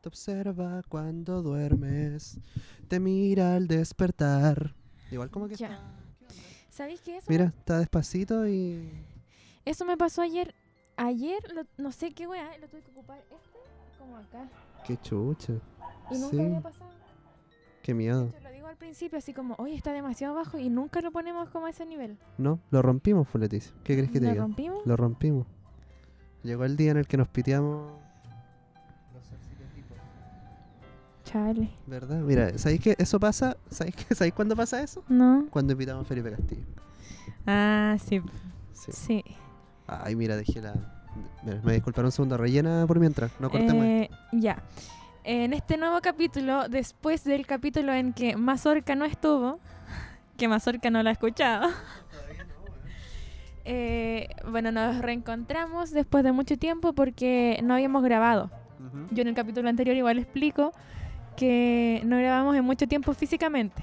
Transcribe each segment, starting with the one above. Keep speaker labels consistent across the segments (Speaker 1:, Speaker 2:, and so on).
Speaker 1: Te observa cuando duermes. Te mira al despertar. Igual como que...
Speaker 2: Ya. ¿Sabéis qué? Eso,
Speaker 1: Mira, está despacito y...
Speaker 2: me- eso me pasó ayer. Ayer, lo- no sé qué weá, lo tuve que ocupar este como acá.
Speaker 1: Qué chucha.
Speaker 2: Y nunca
Speaker 1: Sí.
Speaker 2: había pasado.
Speaker 1: Qué miedo.
Speaker 2: Yo lo digo al principio así como, oye, está demasiado bajo y nunca lo ponemos como a ese nivel.
Speaker 1: No, lo rompimos, fue Leticia. ¿Qué crees que te
Speaker 2: ¿Lo
Speaker 1: diga?
Speaker 2: rompimos?
Speaker 1: Lo rompimos. Llegó el día en el que nos piteamos. Los arquetipos.
Speaker 2: Chale.
Speaker 1: ¿Verdad? Mira, ¿sabéis que eso pasa? ¿Sabéis, que, ¿sabéis cuándo pasa eso?
Speaker 2: No.
Speaker 1: Cuando invitamos a Felipe Castillo.
Speaker 2: Ah, sí,
Speaker 1: Sí.
Speaker 2: sí.
Speaker 1: Ay, mira, dejé la. Mira, me disculparon un segundo, rellena por mientras. No cortemos.
Speaker 2: Eh, ya. En este nuevo capítulo, después del capítulo en que Mazorca no estuvo, que Mazorca no la ha escuchado, eh, bueno, nos reencontramos después de mucho tiempo porque no habíamos grabado.
Speaker 1: Ujú.
Speaker 2: Yo en el capítulo anterior igual explico que no grabamos en mucho tiempo físicamente,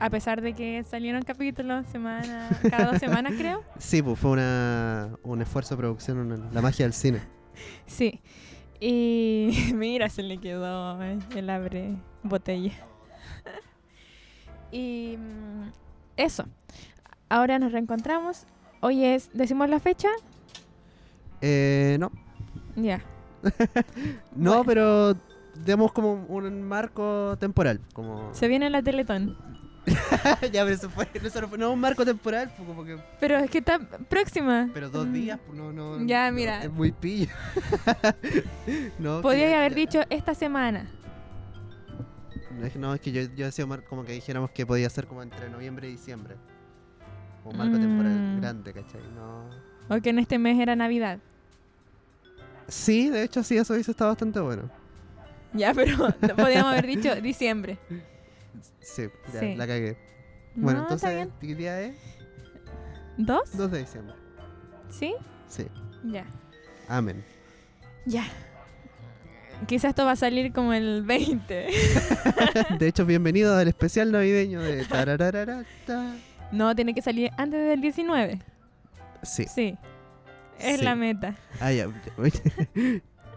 Speaker 2: a pesar de que salieron capítulos semana, cada dos semanas creo.
Speaker 1: Sí, pues fue una, un esfuerzo de producción, una- la magia del cine.
Speaker 2: Sí. Y mira, se le quedó eh, el abre botella. y mm, eso. Ahora nos reencontramos. Hoy es, decimos la fecha.
Speaker 1: Eh, no,
Speaker 2: Ya.
Speaker 1: no,
Speaker 2: Bueno.
Speaker 1: pero demos como un marco temporal. Como...
Speaker 2: Se viene la Teletón.
Speaker 1: ya, pero eso fue, eso no, fue- no un marco temporal, fue como que
Speaker 2: Pero es que está próxima.
Speaker 1: Pero dos
Speaker 2: Mm.
Speaker 1: días, pues, no, no.
Speaker 2: Ya,
Speaker 1: no,
Speaker 2: mira.
Speaker 1: es muy pillo. no, que-
Speaker 2: Podría haber
Speaker 1: ya.
Speaker 2: dicho esta semana.
Speaker 1: No, es- No, es que yo, yo decía mar- como que dijéramos que podía ser como entre noviembre y diciembre. Un marco temporal
Speaker 2: Mm.
Speaker 1: grande, ¿cachai? No.
Speaker 2: O que en este mes era Navidad.
Speaker 1: Sí, de hecho, sí, eso dice está bastante bueno.
Speaker 2: Ya, pero lo podríamos haber dicho diciembre.
Speaker 1: Sí, ya,
Speaker 2: Sí.
Speaker 1: la cagué. Bueno,
Speaker 2: no, está
Speaker 1: entonces,
Speaker 2: bien.
Speaker 1: ¿qué día es?
Speaker 2: ¿Dos?
Speaker 1: 2 de diciembre.
Speaker 2: ¿Sí?
Speaker 1: Sí,
Speaker 2: Ya.
Speaker 1: amén.
Speaker 2: Ya. Quizás esto va a salir como el 20.
Speaker 1: De hecho, bienvenidos al especial navideño de tararararata.
Speaker 2: No, tiene que salir antes del 19.
Speaker 1: Sí,
Speaker 2: Sí. Es
Speaker 1: Sí.
Speaker 2: la meta.
Speaker 1: Ah, ya.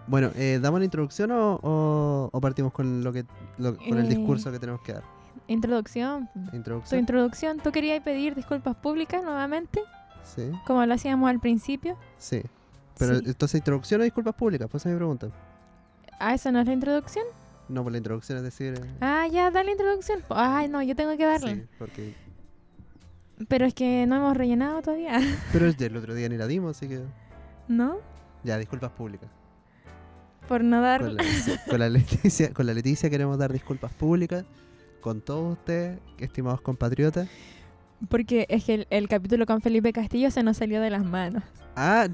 Speaker 1: bueno, eh, ¿damos la introducción o, o- o partimos con lo que lo- con el
Speaker 2: Eh,
Speaker 1: discurso que tenemos que dar?
Speaker 2: Introducción. Tu
Speaker 1: Introducción.
Speaker 2: introducción. ¿Tú querías pedir disculpas públicas nuevamente?
Speaker 1: Sí,
Speaker 2: Como lo hacíamos al principio.
Speaker 1: sí. Pero
Speaker 2: Sí.
Speaker 1: entonces introducción o disculpas públicas, pues esa es mi pregunta.
Speaker 2: Ah, ¿eso no es la introducción?
Speaker 1: No, por la introducción es decir. eh,
Speaker 2: Ah, ya, dale introducción. Po- Ay, no, yo tengo que darle.
Speaker 1: sí, porque.
Speaker 2: Pero es que no hemos rellenado todavía.
Speaker 1: Pero es del otro día ni la dimos, así que.
Speaker 2: ¿No?
Speaker 1: Ya, disculpas públicas.
Speaker 2: Por no dar...
Speaker 1: Con la, sí, con la Leticia, con la Leticia queremos dar disculpas públicas con todos ustedes, estimados compatriotas.
Speaker 2: Porque es que el, el capítulo con Felipe Castillo se nos salió de las manos.
Speaker 1: Ah,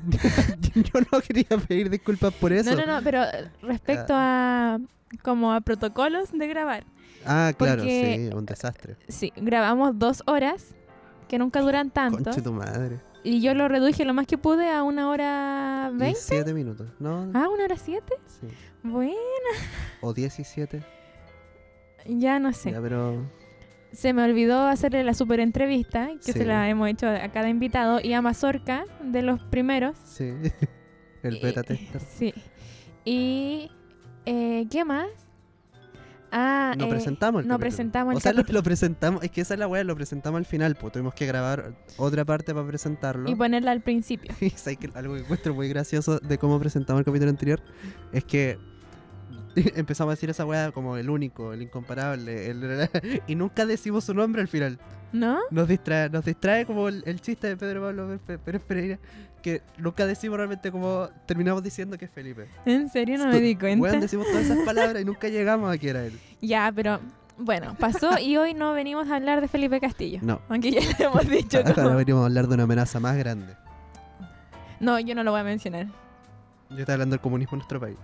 Speaker 1: yo no quería pedir disculpas por eso.
Speaker 2: No, no, no, pero eh, respecto a... Como a protocolos de grabar.
Speaker 1: Ah, claro,
Speaker 2: Porque-
Speaker 1: sí, un desastre.
Speaker 2: Sí, grabamos dos horas que nunca duran tanto.
Speaker 1: Conche tu madre.
Speaker 2: Y yo lo reduje lo más que pude a una hora
Speaker 1: Y
Speaker 2: veinte.
Speaker 1: siete minutos. No,
Speaker 2: Ah, una hora siete.
Speaker 1: sí.
Speaker 2: Bueno,
Speaker 1: O 17.
Speaker 2: ya no sé.
Speaker 1: Ya, pero.
Speaker 2: Se me olvidó hacerle la super entrevista que
Speaker 1: Sí.
Speaker 2: se la hemos hecho a cada invitado y a Mazorca de los primeros.
Speaker 1: Sí. El
Speaker 2: Y- eh,
Speaker 1: beta tester.
Speaker 2: Sí. Y eh, ¿qué más? Ah,
Speaker 1: No
Speaker 2: eh,
Speaker 1: presentamos el
Speaker 2: no
Speaker 1: capítulo.
Speaker 2: presentamos el
Speaker 1: O sea, lo,
Speaker 2: capítulo.
Speaker 1: lo presentamos. Es que esa es la weá, lo presentamos al final, pues tuvimos que grabar otra parte para presentarlo.
Speaker 2: y ponerla al principio.
Speaker 1: Y sabes que algo que encuentro muy gracioso de cómo presentamos el capítulo anterior es que empezamos a decir esa weá como el único, el incomparable, el- y nunca decimos su nombre al final.
Speaker 2: ¿No?
Speaker 1: Nos distrae, nos distrae como el, el chiste de Pedro Pablo Pe- Pérez Pereira, que nunca decimos realmente como terminamos diciendo que es Felipe.
Speaker 2: ¿En serio no me di cuenta?
Speaker 1: Weón, decimos todas esas palabras y nunca llegamos a que era él.
Speaker 2: Ya, pero bueno, pasó y hoy no venimos a hablar de Felipe Castillo.
Speaker 1: No.
Speaker 2: Aunque ya lo hemos dicho.
Speaker 1: Ahora
Speaker 2: como-
Speaker 1: venimos a hablar de una amenaza más grande.
Speaker 2: No, yo no lo voy a mencionar.
Speaker 1: Yo estaba hablando del comunismo en nuestro país.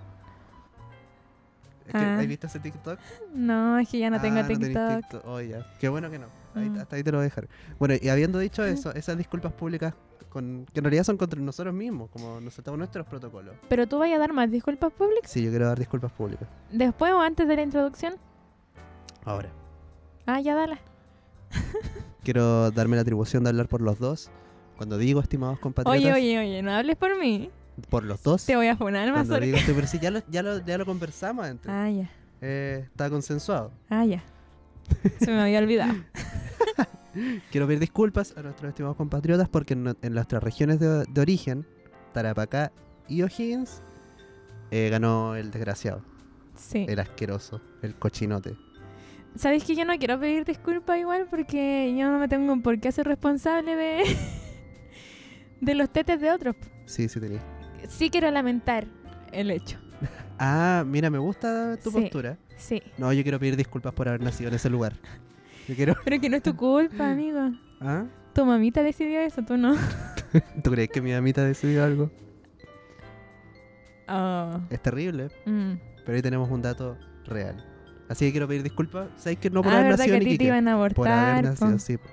Speaker 1: Es que,
Speaker 2: Ah.
Speaker 1: ¿Has visto ese TikTok?
Speaker 2: No, es que ya no tengo
Speaker 1: Ah, tenés
Speaker 2: TikTok.
Speaker 1: TikTok. Oh, ya. Qué bueno que no. Ahí-
Speaker 2: Mm.
Speaker 1: Hasta ahí te lo voy a dejar. Bueno, y habiendo dicho eso, esas disculpas públicas con, que en realidad son contra nosotros mismos, como nos saltamos nuestros protocolos.
Speaker 2: Pero tú vayas a dar más disculpas públicas
Speaker 1: Sí, yo quiero dar disculpas públicas.
Speaker 2: después o antes de la introducción.
Speaker 1: Ahora.
Speaker 2: Ah, ya dala.
Speaker 1: Quiero darme la atribución de hablar por los dos. Cuando digo, estimados compatriotas,
Speaker 2: Oye, oye, oye, no hables por mí.
Speaker 1: por los dos.
Speaker 2: Te voy a poner más
Speaker 1: Cuando digo estoy, pero sí, ya lo, ya lo, ya lo conversamos antes.
Speaker 2: Ah, ya.
Speaker 1: Eh, está consensuado.
Speaker 2: Ah, ya. Se me había olvidado.
Speaker 1: Quiero pedir disculpas a nuestros estimados compatriotas porque en, no- en nuestras regiones de, de origen, Tarapacá y O'Higgins, eh, ganó el desgraciado,
Speaker 2: Sí.
Speaker 1: el asqueroso, el cochinote.
Speaker 2: Sabéis que yo no quiero pedir disculpas igual porque yo no me tengo por qué hacer responsable de, de los tetes de otros.
Speaker 1: Sí, sí tenía.
Speaker 2: Sí quiero lamentar el hecho.
Speaker 1: Ah, mira, me gusta tu
Speaker 2: Sí.
Speaker 1: postura.
Speaker 2: Sí.
Speaker 1: No, yo quiero pedir disculpas por haber nacido en ese lugar. Yo quiero...
Speaker 2: Pero que no es tu culpa, amigo.
Speaker 1: ¿Ah?
Speaker 2: Tu mamita decidió eso, tú no.
Speaker 1: ¿Tú crees que mi mamita decidió algo?
Speaker 2: Oh.
Speaker 1: Es terrible,
Speaker 2: Mm.
Speaker 1: pero ahí tenemos un dato real. Así que quiero pedir disculpas. ¿Sabes que no por
Speaker 2: ah,
Speaker 1: haber
Speaker 2: verdad
Speaker 1: nacido
Speaker 2: que a
Speaker 1: en
Speaker 2: ti te
Speaker 1: Iquique?
Speaker 2: iban a
Speaker 1: Por haber
Speaker 2: abortar. po.
Speaker 1: nacido, sí. po.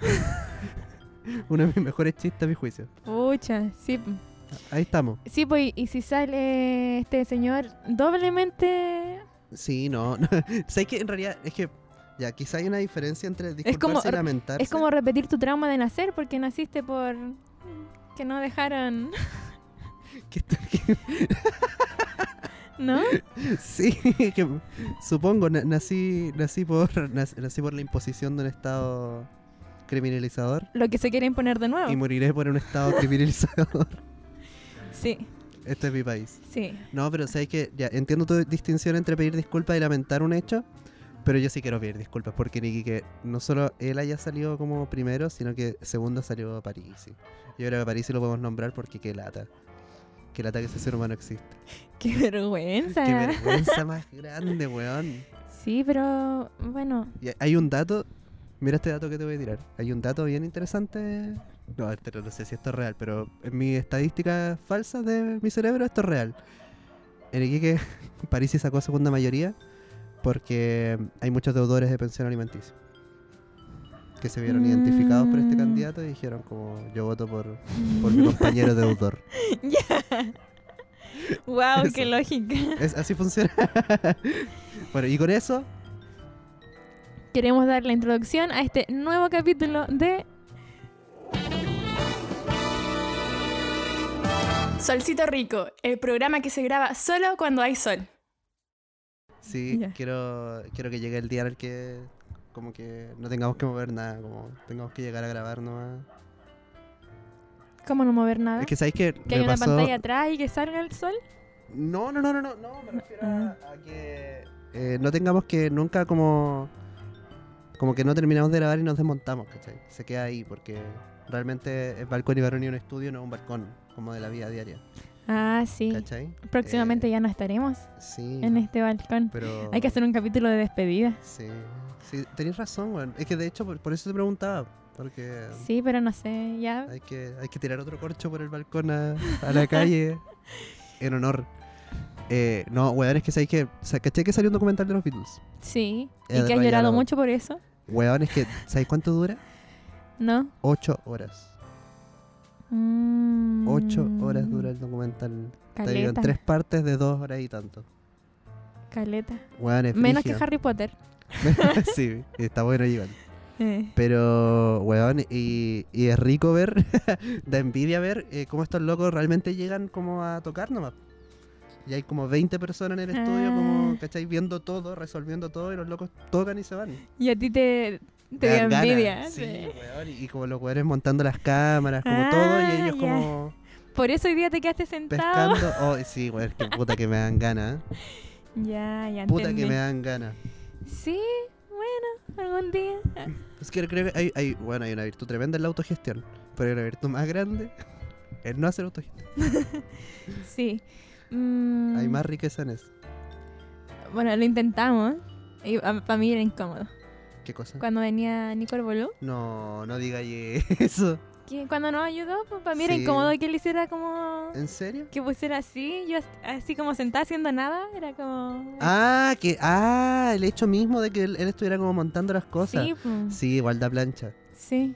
Speaker 1: Uno de mis mejores chistes, a mi juicio.
Speaker 2: Pucha, sí. po.
Speaker 1: Ahí estamos.
Speaker 2: Sí, pues, y si sale este señor doblemente...
Speaker 1: Sí, no. no. ¿Sabes que en realidad es que ya quizá hay una diferencia entre disculparse
Speaker 2: como-
Speaker 1: y lamentarse?
Speaker 2: Es como repetir tu trauma de nacer porque naciste por... Que no dejaron...
Speaker 1: Que esto-
Speaker 2: ¿No?
Speaker 1: Sí, que supongo, na- nací, nací, por, nac- nací por la imposición de un estado criminalizador
Speaker 2: Lo que se quiere imponer de
Speaker 1: y
Speaker 2: nuevo.
Speaker 1: moriré por un estado criminalizador.
Speaker 2: Sí,
Speaker 1: Este es mi país.
Speaker 2: sí.
Speaker 1: No, pero sabes que ya entiendo tu distinción entre pedir disculpas y lamentar un hecho, pero yo sí quiero pedir disculpas porque Nicky, que no solo él haya salido como primero, sino que segundo salió a París. Yo creo que a París lo podemos nombrar porque qué lata. Qué lata que ese ser humano existe.
Speaker 2: Qué vergüenza.
Speaker 1: Qué vergüenza más grande, weón.
Speaker 2: Sí, pero bueno,
Speaker 1: Y hay- hay un dato, mira este dato que te voy a tirar. Hay un dato bien interesante. No, este no sé si esto es real, pero en mi estadística falsa de mi cerebro esto es real. En Iquique, París sí sacó segunda mayoría porque hay muchos deudores de pensión alimenticia que se vieron identificados por este
Speaker 2: Mm.
Speaker 1: candidato y dijeron como yo voto por, por mi compañero deudor.
Speaker 2: wow, qué
Speaker 1: Eso.
Speaker 2: lógica.
Speaker 1: Es, así funciona. bueno, y con eso,
Speaker 2: Queremos dar la introducción a este nuevo capítulo de
Speaker 3: Solcito Rico, el programa que se graba solo cuando hay sol.
Speaker 1: Sí,
Speaker 2: Ya.
Speaker 1: quiero, quiero que llegue el día en el que como que no tengamos que mover nada, como tengamos que llegar a grabar nomás.
Speaker 2: ¿Cómo no mover nada?
Speaker 1: Es que sabéis que,
Speaker 2: Ah. que
Speaker 1: me
Speaker 2: hay una
Speaker 1: pasó-
Speaker 2: pantalla atrás y que salga el sol.
Speaker 1: No, no, no, no, no, no, me refiero a,
Speaker 2: Ah.
Speaker 1: a que eh, no tengamos que nunca como como que no terminamos de grabar y nos desmontamos, ¿cachai? Se queda ahí porque realmente es balcón y varón y un estudio, no es un balcón como de la vida diaria,
Speaker 2: Ah, sí.
Speaker 1: ¿cachai?
Speaker 2: Próximamente ya no estaremos
Speaker 1: Sí.
Speaker 2: en este balcón.
Speaker 1: eh, mm, Pero
Speaker 2: Hay que hacer un capítulo de despedida.
Speaker 1: Sí. Sí, tenéis razón, weón. Es que de hecho por, por eso te preguntaba, porque
Speaker 2: Sí, pero no sé, ya.
Speaker 1: Hay que, hay que tirar otro corcho por el balcón a, a la calle en honor. Eh, no, weón, es que sabéis que. sa- ¿Caché que salió un documental de los Beatles?
Speaker 2: Sí.
Speaker 1: Ya
Speaker 2: Y que has
Speaker 1: desmayado.
Speaker 2: llorado mucho por eso,
Speaker 1: Weón, es que. ¿Sabéis cuánto dura?
Speaker 2: ¿no?
Speaker 1: Ocho horas.
Speaker 2: Mm.
Speaker 1: Ocho horas dura el documental. Está dividido en
Speaker 2: Caleta,
Speaker 1: tres partes de dos horas y tanto.
Speaker 2: caleta.
Speaker 1: Weón, es
Speaker 2: Menos que
Speaker 1: brígido.
Speaker 2: Harry Potter.
Speaker 1: sí, está bueno, igual.
Speaker 2: Eh,
Speaker 1: Pero, weón, y, y es rico ver, da envidia ver eh, cómo estos locos realmente llegan como a tocar nomás. Y hay como 20 personas en el estudio, como,
Speaker 2: Ah.
Speaker 1: ¿cachai? Viendo todo, resolviendo todo, y los locos tocan y se van.
Speaker 2: Y a ti te, te
Speaker 1: dan
Speaker 2: dio
Speaker 1: ganas.
Speaker 2: envidia. ¿eh?
Speaker 1: Sí,
Speaker 2: sí.
Speaker 1: weón, y, y como los weones montando las cámaras, como todo, y
Speaker 2: Ah,
Speaker 1: ellos
Speaker 2: ya.
Speaker 1: como
Speaker 2: Por eso hoy día te quedaste sentado.
Speaker 1: pescando. Oh, sí, weón, que puta que me dan ganas. ¿eh?
Speaker 2: Ya, ya
Speaker 1: Puta que
Speaker 2: entendí.
Speaker 1: me dan ganas.
Speaker 2: Sí, bueno, algún día. Ah,
Speaker 1: Es que creo que hay, hay, bueno, hay una virtud tremenda en la autogestión, pero hay una virtud más grande en no hacer autogestión.
Speaker 2: Sí. Mm,
Speaker 1: Hay más riqueza en eso.
Speaker 2: Bueno, lo intentamos. ¿eh? Y para mí era incómodo.
Speaker 1: Ah. ¿Qué cosa?
Speaker 2: Cuando venía Nicole Bolú,
Speaker 1: No, no diga ye- eso.
Speaker 2: que cuando nos ayudó, pues para mí era
Speaker 1: Sí.
Speaker 2: incómodo que él hiciera como.
Speaker 1: ¿En serio?
Speaker 2: que pusiera así, yo as- así como sentada haciendo nada, era como.
Speaker 1: Ah, que ah, el hecho mismo de que él, él estuviera como montando las cosas.
Speaker 2: Sí, pues,
Speaker 1: Sí, igual da plancha.
Speaker 2: sí.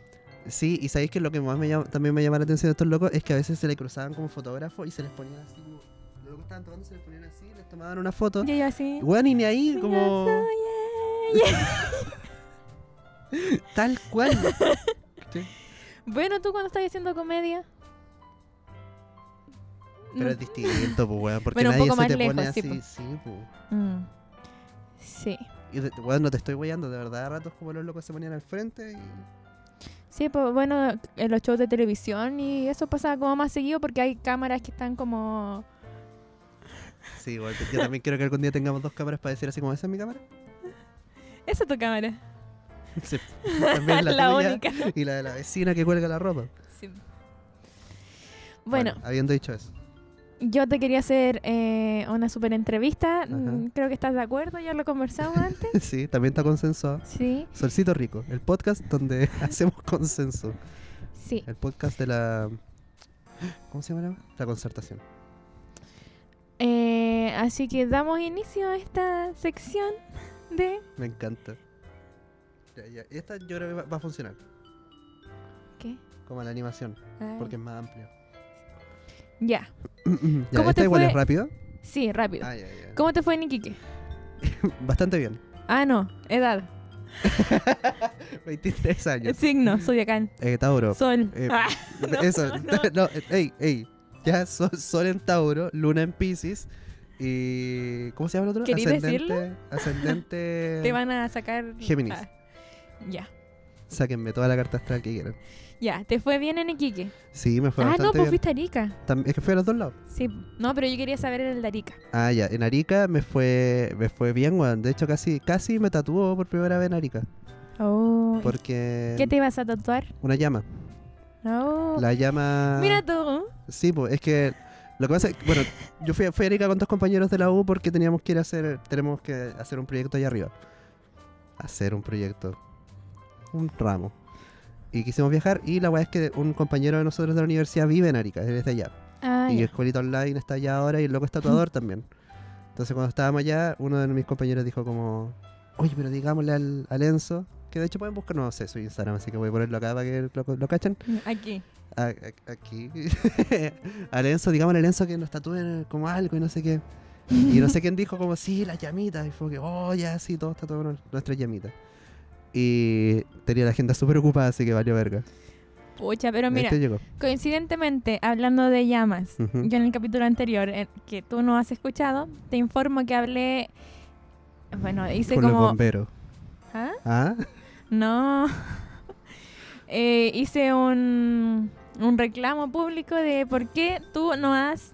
Speaker 1: Sí, y sabéis que lo que más me llama- también me llama la atención de estos locos es que a veces se le cruzaban como fotógrafos y se les ponían así, como- los locos estaban tomando, se les ponían así, les tomaban una foto.
Speaker 2: Y yo así.
Speaker 1: Bueno, y ni ahí
Speaker 2: "Yo
Speaker 1: como
Speaker 2: soy ella".
Speaker 1: tal cual.
Speaker 2: Bueno, tú cuando estás haciendo comedia.
Speaker 1: Pero es distinto, pues, weón. Porque
Speaker 2: Bueno, un
Speaker 1: nadie
Speaker 2: poco
Speaker 1: se
Speaker 2: más
Speaker 1: te pone
Speaker 2: lejos, sí,
Speaker 1: así, sí,
Speaker 2: pues.
Speaker 1: pues.
Speaker 2: Mm. Sí.
Speaker 1: Y, de- weón, no te estoy weyando, de verdad, a ratos como los locos se ponían al frente y...
Speaker 2: Sí, pues bueno, en los shows de televisión y eso pasa como más seguido porque hay cámaras que están como...
Speaker 1: Sí, igual, yo también quiero que algún día tengamos dos cámaras para decir así como, ¿esa es mi cámara?
Speaker 2: Esa es tu cámara.
Speaker 1: Sí, también la,
Speaker 2: La
Speaker 1: tuya
Speaker 2: única.
Speaker 1: y la de la vecina que cuelga la ropa.
Speaker 2: Sí. Bueno,
Speaker 1: Habiendo dicho eso.
Speaker 2: yo te quería hacer eh, una super entrevista.
Speaker 1: Ajá.
Speaker 2: Mm, Creo que estás de acuerdo, ya lo conversamos antes.
Speaker 1: Sí, también está consensuado.
Speaker 2: Sí,
Speaker 1: Solcito Rico, el podcast donde hacemos consenso.
Speaker 2: sí.
Speaker 1: El podcast de la... ¿Cómo se llama? La concertación.
Speaker 2: Eh, así que damos inicio a esta sección de...
Speaker 1: Me encanta. Ya, ya. Esta yo creo que va, va a funcionar,
Speaker 2: ¿Qué?
Speaker 1: como la animación,
Speaker 2: Ah,
Speaker 1: porque es más amplio.
Speaker 2: Ya,
Speaker 1: ya,
Speaker 2: ¿Cómo
Speaker 1: esta
Speaker 2: te
Speaker 1: igual
Speaker 2: fue?
Speaker 1: es rápido.
Speaker 2: sí, rápido.
Speaker 1: Ah, ya, ya.
Speaker 2: ¿Cómo te fue en Iquique?
Speaker 1: Bastante bien.
Speaker 2: Ah, no, edad,
Speaker 1: 23 años.
Speaker 2: signo, zodiacal,
Speaker 1: Eh, Tauro.
Speaker 2: sol.
Speaker 1: Eh,
Speaker 2: Ah, no,
Speaker 1: Eso,
Speaker 2: no,
Speaker 1: no,
Speaker 2: no.
Speaker 1: eh, ey, ey. Ya sol, sol en Tauro, luna en Pisces y ¿cómo se llama el otro?
Speaker 2: ¿Querí
Speaker 1: ascendente,
Speaker 2: decirlo?
Speaker 1: ascendente.
Speaker 2: Te van a sacar...
Speaker 1: eh, Géminis.
Speaker 2: Ah, ya,
Speaker 1: Sáquenme toda la carta astral que quieran.
Speaker 2: ya, ¿te fue bien en Iquique?
Speaker 1: Sí, me fue
Speaker 2: ah, no,
Speaker 1: bastante
Speaker 2: pues
Speaker 1: bien.
Speaker 2: fuiste a Arica.
Speaker 1: Tam- es que fui a los dos lados.
Speaker 2: Sí, no, pero yo quería saber el de Arica.
Speaker 1: Ah, ya, en Arica me fue me fue bien, weón. De hecho casi casi me tatuó por primera vez en Arica,
Speaker 2: Oh,
Speaker 1: porque
Speaker 2: ¿Qué te ibas a tatuar?
Speaker 1: una llama,
Speaker 2: Oh,
Speaker 1: la llama
Speaker 2: Mira tú.
Speaker 1: Sí, pues es que lo que pasa es, bueno, yo fui, a- fui a Arica con dos compañeros de la U porque teníamos que ir a hacer, tenemos que hacer un proyecto allá arriba. Hacer un proyecto. Un ramo. Y quisimos viajar y la weá es que un compañero de nosotros de la universidad vive en Arica, él es de allá.
Speaker 2: Ah,
Speaker 1: y
Speaker 2: ya.
Speaker 1: Escuelita Online está allá ahora y el loco es tatuador también. Entonces cuando estábamos allá, uno de mis compañeros dijo como, oye, pero digámosle al, al Enzo, que de hecho pueden buscar, no sé, su Instagram, así que voy a ponerlo acá para que lo, lo cachen.
Speaker 2: Aquí.
Speaker 1: A- a- aquí. al Enzo, digamos al Enzo que nos tatúen como algo y no sé qué. Y no sé quién dijo como, sí, las llamitas. Y fue que, oh, ya, sí, todos tatuaron nuestras llamitas. Y tenía la agenda súper ocupada, así que valió verga.
Speaker 2: Pucha, pero
Speaker 1: Ahí
Speaker 2: mira,
Speaker 1: te llegó.
Speaker 2: coincidentemente, hablando de llamas,
Speaker 1: este Ujú.
Speaker 2: yo en el capítulo anterior, eh, que tú no has escuchado, te informo que hablé. Bueno, hice
Speaker 1: Con los
Speaker 2: como.
Speaker 1: bomberos.
Speaker 2: ¿Ah?
Speaker 1: ¿Ah?
Speaker 2: No. Eh, hice un, un reclamo público de por qué tú no has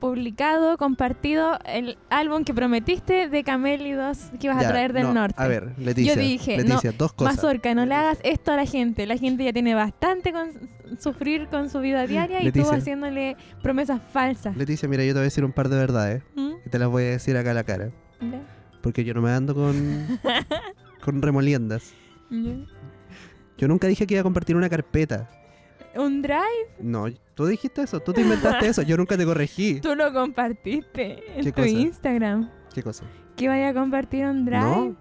Speaker 2: publicado, compartido el álbum que prometiste de Camelidos que ibas
Speaker 1: Ya,
Speaker 2: a traer del
Speaker 1: no,
Speaker 2: norte.
Speaker 1: A ver, Leticia.
Speaker 2: dije, no,
Speaker 1: Leticia, dos cosas.
Speaker 2: Mazorca, no le
Speaker 1: Leticia.
Speaker 2: hagas esto a la gente. La gente ya tiene bastante con sufrir con su vida diaria y tú
Speaker 1: Leticia.
Speaker 2: haciéndole promesas falsas.
Speaker 1: Leticia, mira, yo te voy a decir un par de verdades
Speaker 2: ¿Mm?
Speaker 1: y te las voy a decir acá a la cara.
Speaker 2: Ya,
Speaker 1: Porque yo no me ando con, con remoliendas.
Speaker 2: ya.
Speaker 1: Yo nunca dije que iba a compartir una carpeta.
Speaker 2: Un drive,
Speaker 1: No, tú dijiste eso, tú te inventaste eso, yo nunca te corregí.
Speaker 2: tú lo compartiste en
Speaker 1: ¿Qué
Speaker 2: tu
Speaker 1: cosa?
Speaker 2: Instagram.
Speaker 1: ¿Qué cosa?
Speaker 2: ¿Que vaya a compartir un drive?
Speaker 1: No.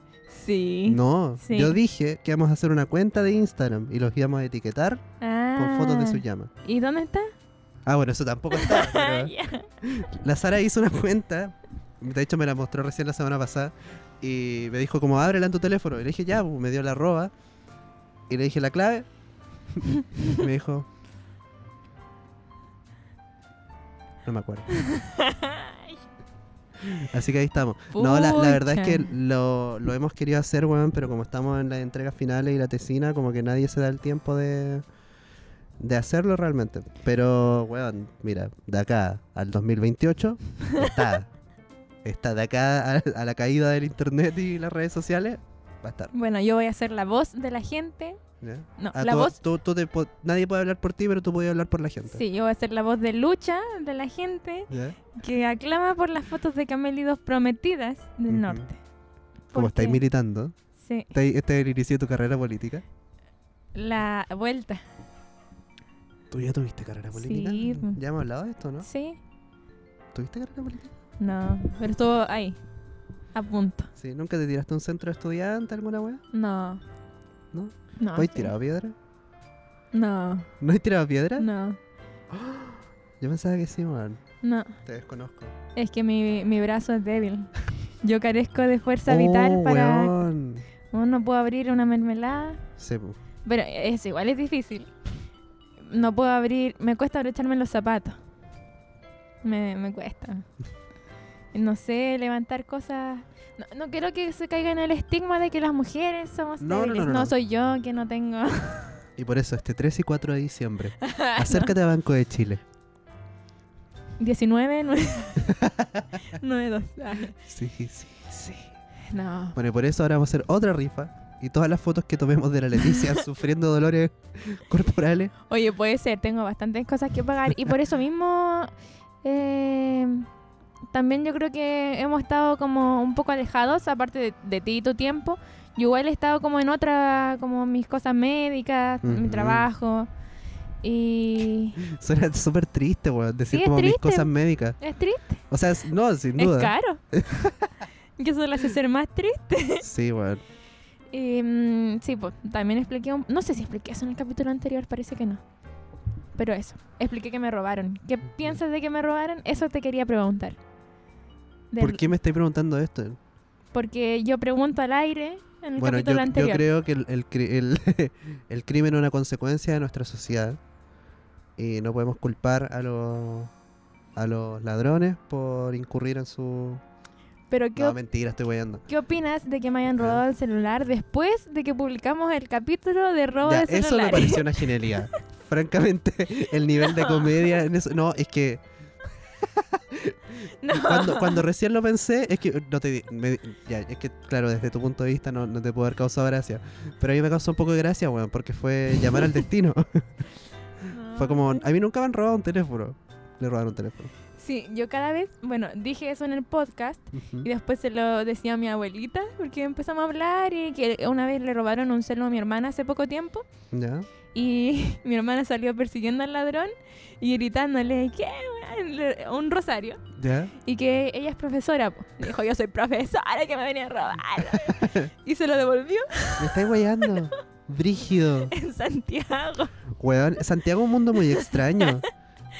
Speaker 2: Sí.
Speaker 1: No,
Speaker 2: Sí.
Speaker 1: yo dije que íbamos a hacer una cuenta de Instagram y los íbamos a etiquetar con fotos de su
Speaker 2: Ah,
Speaker 1: llama.
Speaker 2: ¿Y dónde está?
Speaker 1: Ah, bueno, eso tampoco está.
Speaker 2: Ah,
Speaker 1: pero-
Speaker 2: ya.
Speaker 1: La Sara hizo una cuenta, de hecho me la mostró recién la semana pasada, y me dijo como, ábrela en tu teléfono. Y le dije, ya, pues", me dio la arroba, y le dije la clave, y me dijo... No me acuerdo. Así que ahí estamos. No, la, la verdad es que
Speaker 2: Pucha.
Speaker 1: lo, lo hemos querido hacer, weón, pero como estamos en las entregas finales y la tesina, como que nadie se da el tiempo de, de hacerlo realmente. Pero, weón, mira, de acá al 2028 está. está de acá a, a la caída del internet y las redes sociales, va a estar.
Speaker 2: Bueno, yo voy a ser la voz de la gente.
Speaker 1: ¿ya?
Speaker 2: No,
Speaker 1: Ah,
Speaker 2: la
Speaker 1: tú-
Speaker 2: voz.
Speaker 1: tú- tú te po- nadie puede hablar por ti, pero tú puedes hablar por la gente.
Speaker 2: Sí, yo voy a ser la voz de lucha de la gente
Speaker 1: ¿ya?
Speaker 2: que aclama por las fotos de Camelidos prometidas del
Speaker 1: Ujú.
Speaker 2: norte.
Speaker 1: Como
Speaker 2: Porque-
Speaker 1: estáis militando,
Speaker 2: Sí,
Speaker 1: estáis- este es el inicio de tu carrera política.
Speaker 2: la vuelta.
Speaker 1: ¿Tú ya tuviste carrera política?
Speaker 2: Sí. mm.
Speaker 1: Ya hemos hablado de esto, ¿no?
Speaker 2: Sí,
Speaker 1: ¿Tuviste carrera política?
Speaker 2: no, pero estuvo ahí, a punto.
Speaker 1: Sí, ¿nunca te tiraste a un centro de estudiante alguna weá?
Speaker 2: No.
Speaker 1: ¿No?
Speaker 2: No.
Speaker 1: ¿Hoy
Speaker 2: Ah, sí.
Speaker 1: tirado piedra?
Speaker 2: No,
Speaker 1: ¿No he tirado piedra?
Speaker 2: no,
Speaker 1: Yo pensaba que sí, man.
Speaker 2: no.
Speaker 1: Te desconozco.
Speaker 2: Es que mi, mi brazo es débil. Yo carezco de fuerza vital para...
Speaker 1: Oh,
Speaker 2: Oh,
Speaker 1: weón.
Speaker 2: No puedo abrir una mermelada.
Speaker 1: Sí, po.
Speaker 2: Pero es igual, es difícil. No puedo abrir, me cuesta abrocharme los zapatos. Me, me cuesta. No sé, levantar cosas. No, no quiero que se caiga en el estigma de que las mujeres somos
Speaker 1: No, no,
Speaker 2: débiles.
Speaker 1: no, no, no.
Speaker 2: soy yo que no tengo.
Speaker 1: Y por eso, este 3 y 4 de diciembre, acércate a Banco de Chile.
Speaker 2: 19, 9, 9 2. Ay,
Speaker 1: Sí, sí, sí.
Speaker 2: No.
Speaker 1: Bueno, y por eso ahora vamos a hacer otra rifa. Y todas las fotos que tomemos de la Leticia sufriendo dolores corporales.
Speaker 2: Oye, puede ser, tengo bastantes cosas que pagar. Y por eso mismo, eh, también yo creo que hemos estado como un poco alejados, aparte de, de ti y tu tiempo. Yo igual he estado como en otra, como mis cosas médicas, mi
Speaker 1: Ujú.
Speaker 2: trabajo. Y
Speaker 1: Suena súper triste, weón, decir
Speaker 2: Sí, es
Speaker 1: como mis
Speaker 2: triste.
Speaker 1: cosas médicas.
Speaker 2: es triste,
Speaker 1: O sea, s- no, sin
Speaker 2: es
Speaker 1: duda.
Speaker 2: caro. que eso lo hace ser más triste.
Speaker 1: Sí, weón.
Speaker 2: Y, mm, sí, pues también expliqué, un- no sé si expliqué eso en el capítulo anterior, parece que no. Pero eso, expliqué que me robaron. ¿Qué piensas de que me robaron? Eso te quería preguntar. Del-
Speaker 1: ¿Por qué me estoy preguntando esto?
Speaker 2: Porque yo pregunto al aire en el
Speaker 1: Bueno, yo,
Speaker 2: capítulo
Speaker 1: yo
Speaker 2: anterior.
Speaker 1: creo que el, el, cri- el- el crimen es una consecuencia de nuestra sociedad. Y no podemos culpar a los, a los ladrones por incurrir en su...
Speaker 2: Pero ¿qué,
Speaker 1: No,
Speaker 2: op-
Speaker 1: mentira, estoy weyando.
Speaker 2: ¿qué opinas de que me hayan
Speaker 1: Ah.
Speaker 2: robado el celular después de que publicamos el capítulo de robo
Speaker 1: Ya,
Speaker 2: de
Speaker 1: eso me
Speaker 2: celular?
Speaker 1: pareció una genialidad. Francamente, el nivel de comedia en eso... No, es que...
Speaker 2: No.
Speaker 1: Cuando, cuando recién lo pensé, es que no te di- me- ya, es que claro, desde tu punto de vista no, no te puede haber causado gracia. Pero a mí me causó un poco de gracia, weón, porque fue llamar al destino.
Speaker 2: No.
Speaker 1: fue como, a mí nunca me han robado un teléfono. Le robaron un teléfono.
Speaker 2: Sí, yo cada vez, bueno, dije eso en el podcast
Speaker 1: Ujú.
Speaker 2: Y después se lo decía a mi abuelita, porque empezamos a hablar y que una vez le robaron un celo a mi hermana hace poco tiempo
Speaker 1: ¿Ya?
Speaker 2: y mi hermana salió persiguiendo al ladrón y gritándole, ¿qué? weón?", le- Un rosario.
Speaker 1: ¿Ya?
Speaker 2: Y que ella es profesora. po. Le Dijo, yo soy profesora que me venía a robar. y se lo devolvió
Speaker 1: Me estáis guayando. Brígido.
Speaker 2: en Santiago.
Speaker 1: Weón, Santiago es un mundo muy extraño.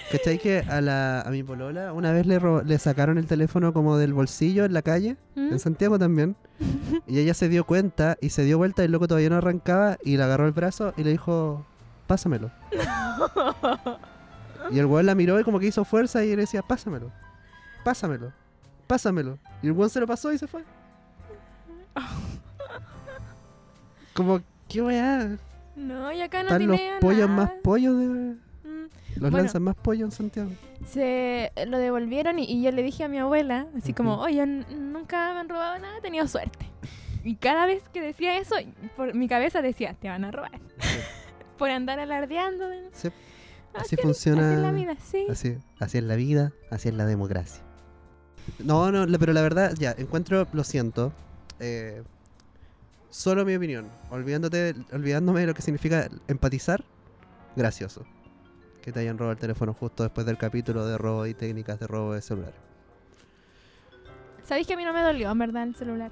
Speaker 1: ¿Cachai que a, la, a mi polola una vez le, ro- le sacaron el teléfono como del bolsillo en la calle?
Speaker 2: ¿Mm?
Speaker 1: En Santiago también. Y ella se dio cuenta y se dio vuelta y el loco todavía no arrancaba y le agarró el brazo y le dijo, pásamelo. Y el weón la miró y como que hizo fuerza y le decía, pásamelo, pásamelo, pásamelo. Y el weón se lo pasó y se fue. Como, qué weá.
Speaker 2: No, y acá no
Speaker 1: Están los
Speaker 2: tiene
Speaker 1: pollos
Speaker 2: nada.
Speaker 1: más pollos de...
Speaker 2: Mm.
Speaker 1: Los
Speaker 2: Bueno.
Speaker 1: lanzan más pollos en Santiago.
Speaker 2: se lo devolvieron y, y yo le dije a mi abuela, así como, oye, n- nunca me han robado nada, he tenido suerte. Y cada vez que decía eso, por mi cabeza decía, te van a robar. por andar alardeando. de-
Speaker 1: Sí.
Speaker 2: Ah,
Speaker 1: Así
Speaker 2: que-
Speaker 1: funciona.
Speaker 2: así es la vida, sí.
Speaker 1: Así, así es la vida, así es la democracia. No, no, la- pero la verdad, ya, encuentro, lo siento, eh, solo mi opinión, olvidándote, olvidándome de lo que significa empatizar, gracioso. Que te hayan robado el teléfono justo después del capítulo de robo y técnicas de robo de celular.
Speaker 2: Sabéis que a mí no me dolió, en verdad, el celular.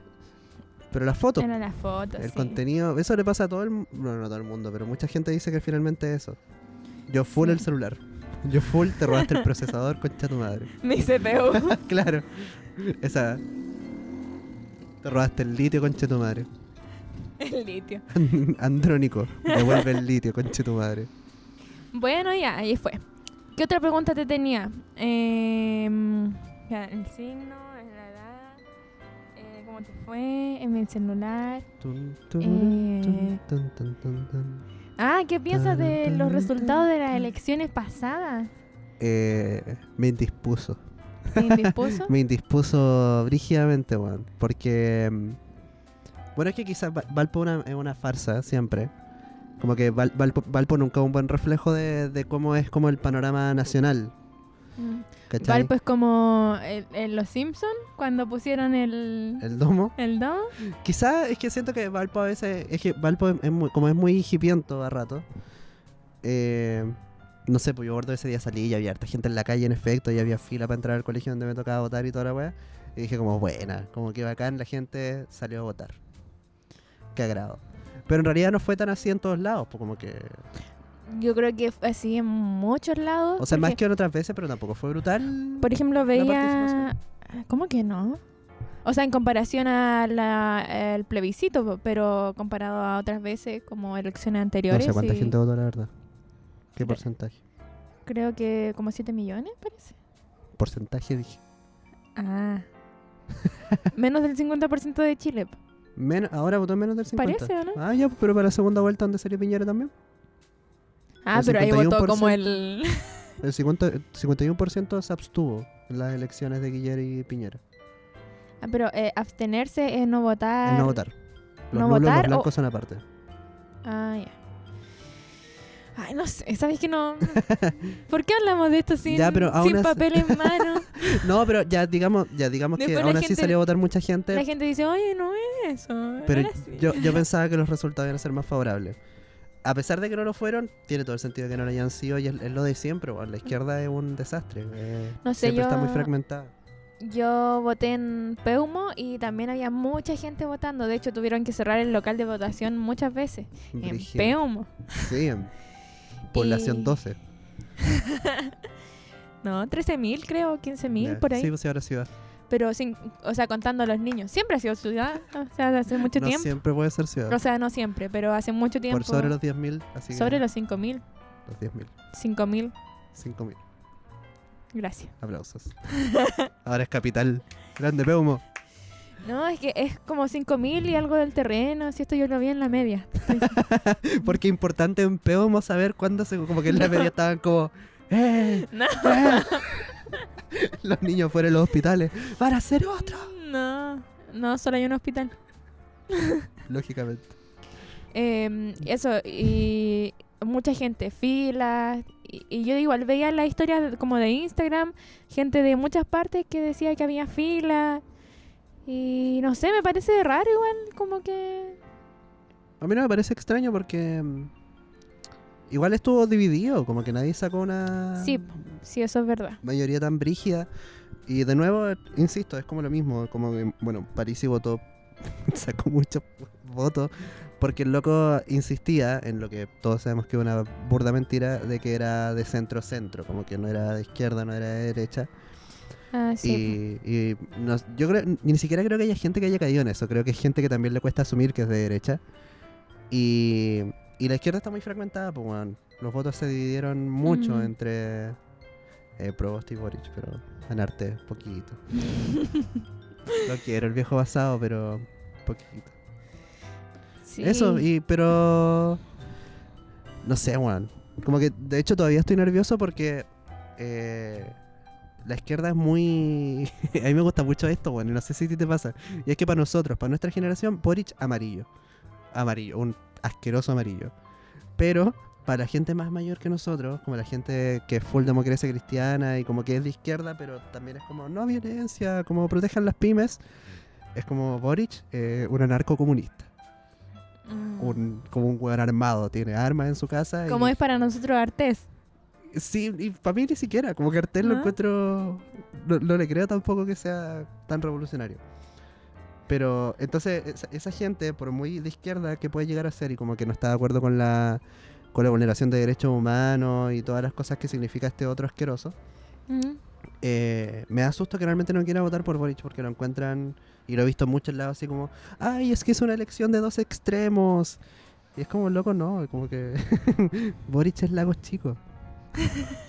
Speaker 1: Pero las fotos,
Speaker 2: Era la foto.
Speaker 1: el
Speaker 2: sí.
Speaker 1: contenido, eso le pasa a todo el mundo, no a todo el mundo, pero mucha gente dice que finalmente eso. Yo full el celular. Yo full te robaste el procesador, concha tu madre.
Speaker 2: Mi CPU.
Speaker 1: claro. Esa. Te robaste el litio, conche tu madre.
Speaker 2: el litio.
Speaker 1: Andrónico, devuelve el litio, conche tu madre.
Speaker 2: Bueno, ya, ahí fue. ¿Qué otra pregunta te tenía? Em, ya, el signo, la edad, eh, cómo te fue, en mi celular.
Speaker 1: Tun, tururun, tun,
Speaker 2: Eh.
Speaker 1: tun, tun, tun, tun.
Speaker 2: Ah, ¿qué piensas de los resultados de las elecciones pasadas?
Speaker 1: Eh, me indispuso.
Speaker 2: ¿Te indispuso?
Speaker 1: Me indispuso brígidamente, weón. Porque. mm, Bueno, es que quizás Val- Valpo una- es una farsa siempre. Como que Val- Valpo, Valpo nunca es un buen reflejo de, de cómo es como el panorama nacional.
Speaker 2: Mm.
Speaker 1: ¿Cachai?
Speaker 2: Valpo es como el- el- los Simpsons cuando pusieron el,
Speaker 1: El domo.
Speaker 2: el domo.
Speaker 1: Quizá es que siento que Valpo a veces. Es que Valpo es, es muy- como es muy hipiento a rato. eh, no sé, pues yo gordo ese día salí y había harta gente en la calle, en efecto, y había fila para entrar al colegio donde me tocaba votar y toda la weá. Y dije, como buena, como que bacán, la gente salió a votar. Qué agrado. Pero en realidad no fue tan así en todos lados, pues como que.
Speaker 2: Yo creo que fue así en muchos lados.
Speaker 1: O sea,
Speaker 2: porque,
Speaker 1: más que en otras veces, pero tampoco fue brutal.
Speaker 2: Por ejemplo, veía...
Speaker 1: participación.
Speaker 2: ¿Cómo que no? O sea, en comparación al plebiscito, po, pero comparado a otras veces como elecciones
Speaker 1: No
Speaker 2: anteriores.
Speaker 1: sé cuánta
Speaker 2: sí.
Speaker 1: gente votó, la verdad. ¿Qué
Speaker 2: Pero-
Speaker 1: porcentaje?
Speaker 2: Creo que como 7 millones, parece.
Speaker 1: porcentaje dije.
Speaker 2: Ah. Menos del 50% de Chile. po.
Speaker 1: Men- ahora votó menos del 50.
Speaker 2: Parece, ¿o no?
Speaker 1: Ah, ya, pero para la segunda vuelta donde salió Piñera también.
Speaker 2: Ah,
Speaker 1: El
Speaker 2: pero ahí votó
Speaker 1: 51%.
Speaker 2: como el...
Speaker 1: El 50 51% se abstuvo en las elecciones de Guillermo y Piñera.
Speaker 2: Ah, pero eh, abstenerse es no votar.
Speaker 1: El no votar. Los
Speaker 2: no
Speaker 1: nulos,
Speaker 2: votar Oh.
Speaker 1: los
Speaker 2: o-
Speaker 1: blancos son aparte.
Speaker 2: Ah, ya. Ay, no sé, ¿sabes que no? ¿Por qué hablamos de esto sin,
Speaker 1: Ya, pero aún
Speaker 2: sin
Speaker 1: así-
Speaker 2: papel en mano?
Speaker 1: No, pero ya digamos, ya digamos que
Speaker 2: Después la
Speaker 1: aún así
Speaker 2: gente-
Speaker 1: salió a votar mucha gente.
Speaker 2: La gente dice, oye, no es eso. no
Speaker 1: Pero
Speaker 2: era así".
Speaker 1: yo, yo pensaba que los resultados iban a ser más favorables. A pesar de que no lo fueron, tiene todo el sentido que no lo hayan sido y es, es lo de siempre. weón. La izquierda es un desastre. eh,
Speaker 2: No sé,
Speaker 1: siempre está muy
Speaker 2: yo-
Speaker 1: fragmentada.
Speaker 2: Yo voté en Peumo y también había mucha gente votando. De hecho, tuvieron que cerrar el local de votación muchas veces. En
Speaker 1: Brígido.
Speaker 2: Peumo.
Speaker 1: Sí, en población
Speaker 2: Y-
Speaker 1: 12.
Speaker 2: No, 13.000 creo, 15.000
Speaker 1: Ya.
Speaker 2: por ahí.
Speaker 1: Sí, pues sí, ahora ciudad.
Speaker 2: Pero, sin, o sea, contando a los niños. Siempre ha sido ciudad, o sea, hace mucho
Speaker 1: no
Speaker 2: tiempo.
Speaker 1: siempre puede ser ciudad.
Speaker 2: O sea, no siempre, pero hace mucho tiempo.
Speaker 1: Por sobre los 10.000, así que
Speaker 2: sobre los 5.000.
Speaker 1: los 10.000,
Speaker 2: 5.000,
Speaker 1: 5.000.
Speaker 2: gracias.
Speaker 1: Aplausos. ahora es capital. Grande Peumo.
Speaker 2: No, es que es como 5.000 y algo del terreno. Si esto yo lo vi en la media.
Speaker 1: Porque importante en Peumo saber cuándo se. Como que en la media estaban como. ¡Eh!
Speaker 2: No.
Speaker 1: ¡Eh! los niños fueron a los hospitales. ¡Para hacer otro!
Speaker 2: No, no, solo hay un hospital.
Speaker 1: Lógicamente.
Speaker 2: Eh, eso, y mucha gente, filas. Y, y yo igual veía la historia de- como de Instagram, gente de muchas partes que decía que había fila. Y no sé, me parece raro igual, como que...
Speaker 1: A mí no me parece extraño porque. mm, Igual estuvo dividido, como que nadie sacó una.
Speaker 2: Sí, po. Sí, eso es verdad.
Speaker 1: mayoría tan brígida. Y de nuevo, eh, insisto, es como lo mismo. Como que, bueno, París votó, sacó muchos votos, porque el loco insistía en lo que todos sabemos que es una burda mentira, de que era de centro-centro, como que no era de izquierda, no era de derecha.
Speaker 2: Ah, sí.
Speaker 1: Y, y no- yo creo, ni siquiera creo que haya gente que haya caído en eso, creo que es gente que también le cuesta asumir que es de derecha. Y, y la izquierda está muy fragmentada, pues, weón. los votos se dividieron mucho
Speaker 2: Mm.
Speaker 1: entre eh, Provost y Boric, pero ganarte poquito. Lo quiero, el viejo basado, pero poquito.
Speaker 2: Sí.
Speaker 1: Eso, y pero no sé, weón. Como que de hecho todavía estoy nervioso porque eh, la izquierda es muy. a mí me gusta mucho esto, weón. y No sé si a ti te pasa. Y es que para nosotros, para nuestra generación, Boric amarillo. Amarillo, un asqueroso amarillo. Pero para la gente más mayor que nosotros, como la gente que es full democracia cristiana y como que es de izquierda, pero también es como no violencia, como protejan las pymes, es como Boric, eh, un anarcocomunista
Speaker 2: Mm.
Speaker 1: un, como un weón armado, tiene armas en su casa. y-
Speaker 2: Como es para nosotros Artés.
Speaker 1: Sí, y para mí ni siquiera, como que Artel
Speaker 2: Ah.
Speaker 1: lo encuentro, no, no le creo tampoco que sea tan revolucionario. Pero entonces esa, esa gente, por muy de izquierda que puede llegar a ser y como que no está de acuerdo con la, con la vulneración de derechos humanos y todas las cosas que significa este otro asqueroso,
Speaker 2: Mm.
Speaker 1: eh, me da susto que realmente no quiera votar por Boric porque lo encuentran, y lo he visto en muchos lados, así como, ay, es que es una elección de dos extremos. Y es como, loco, no, como que Boric es Lagos chico.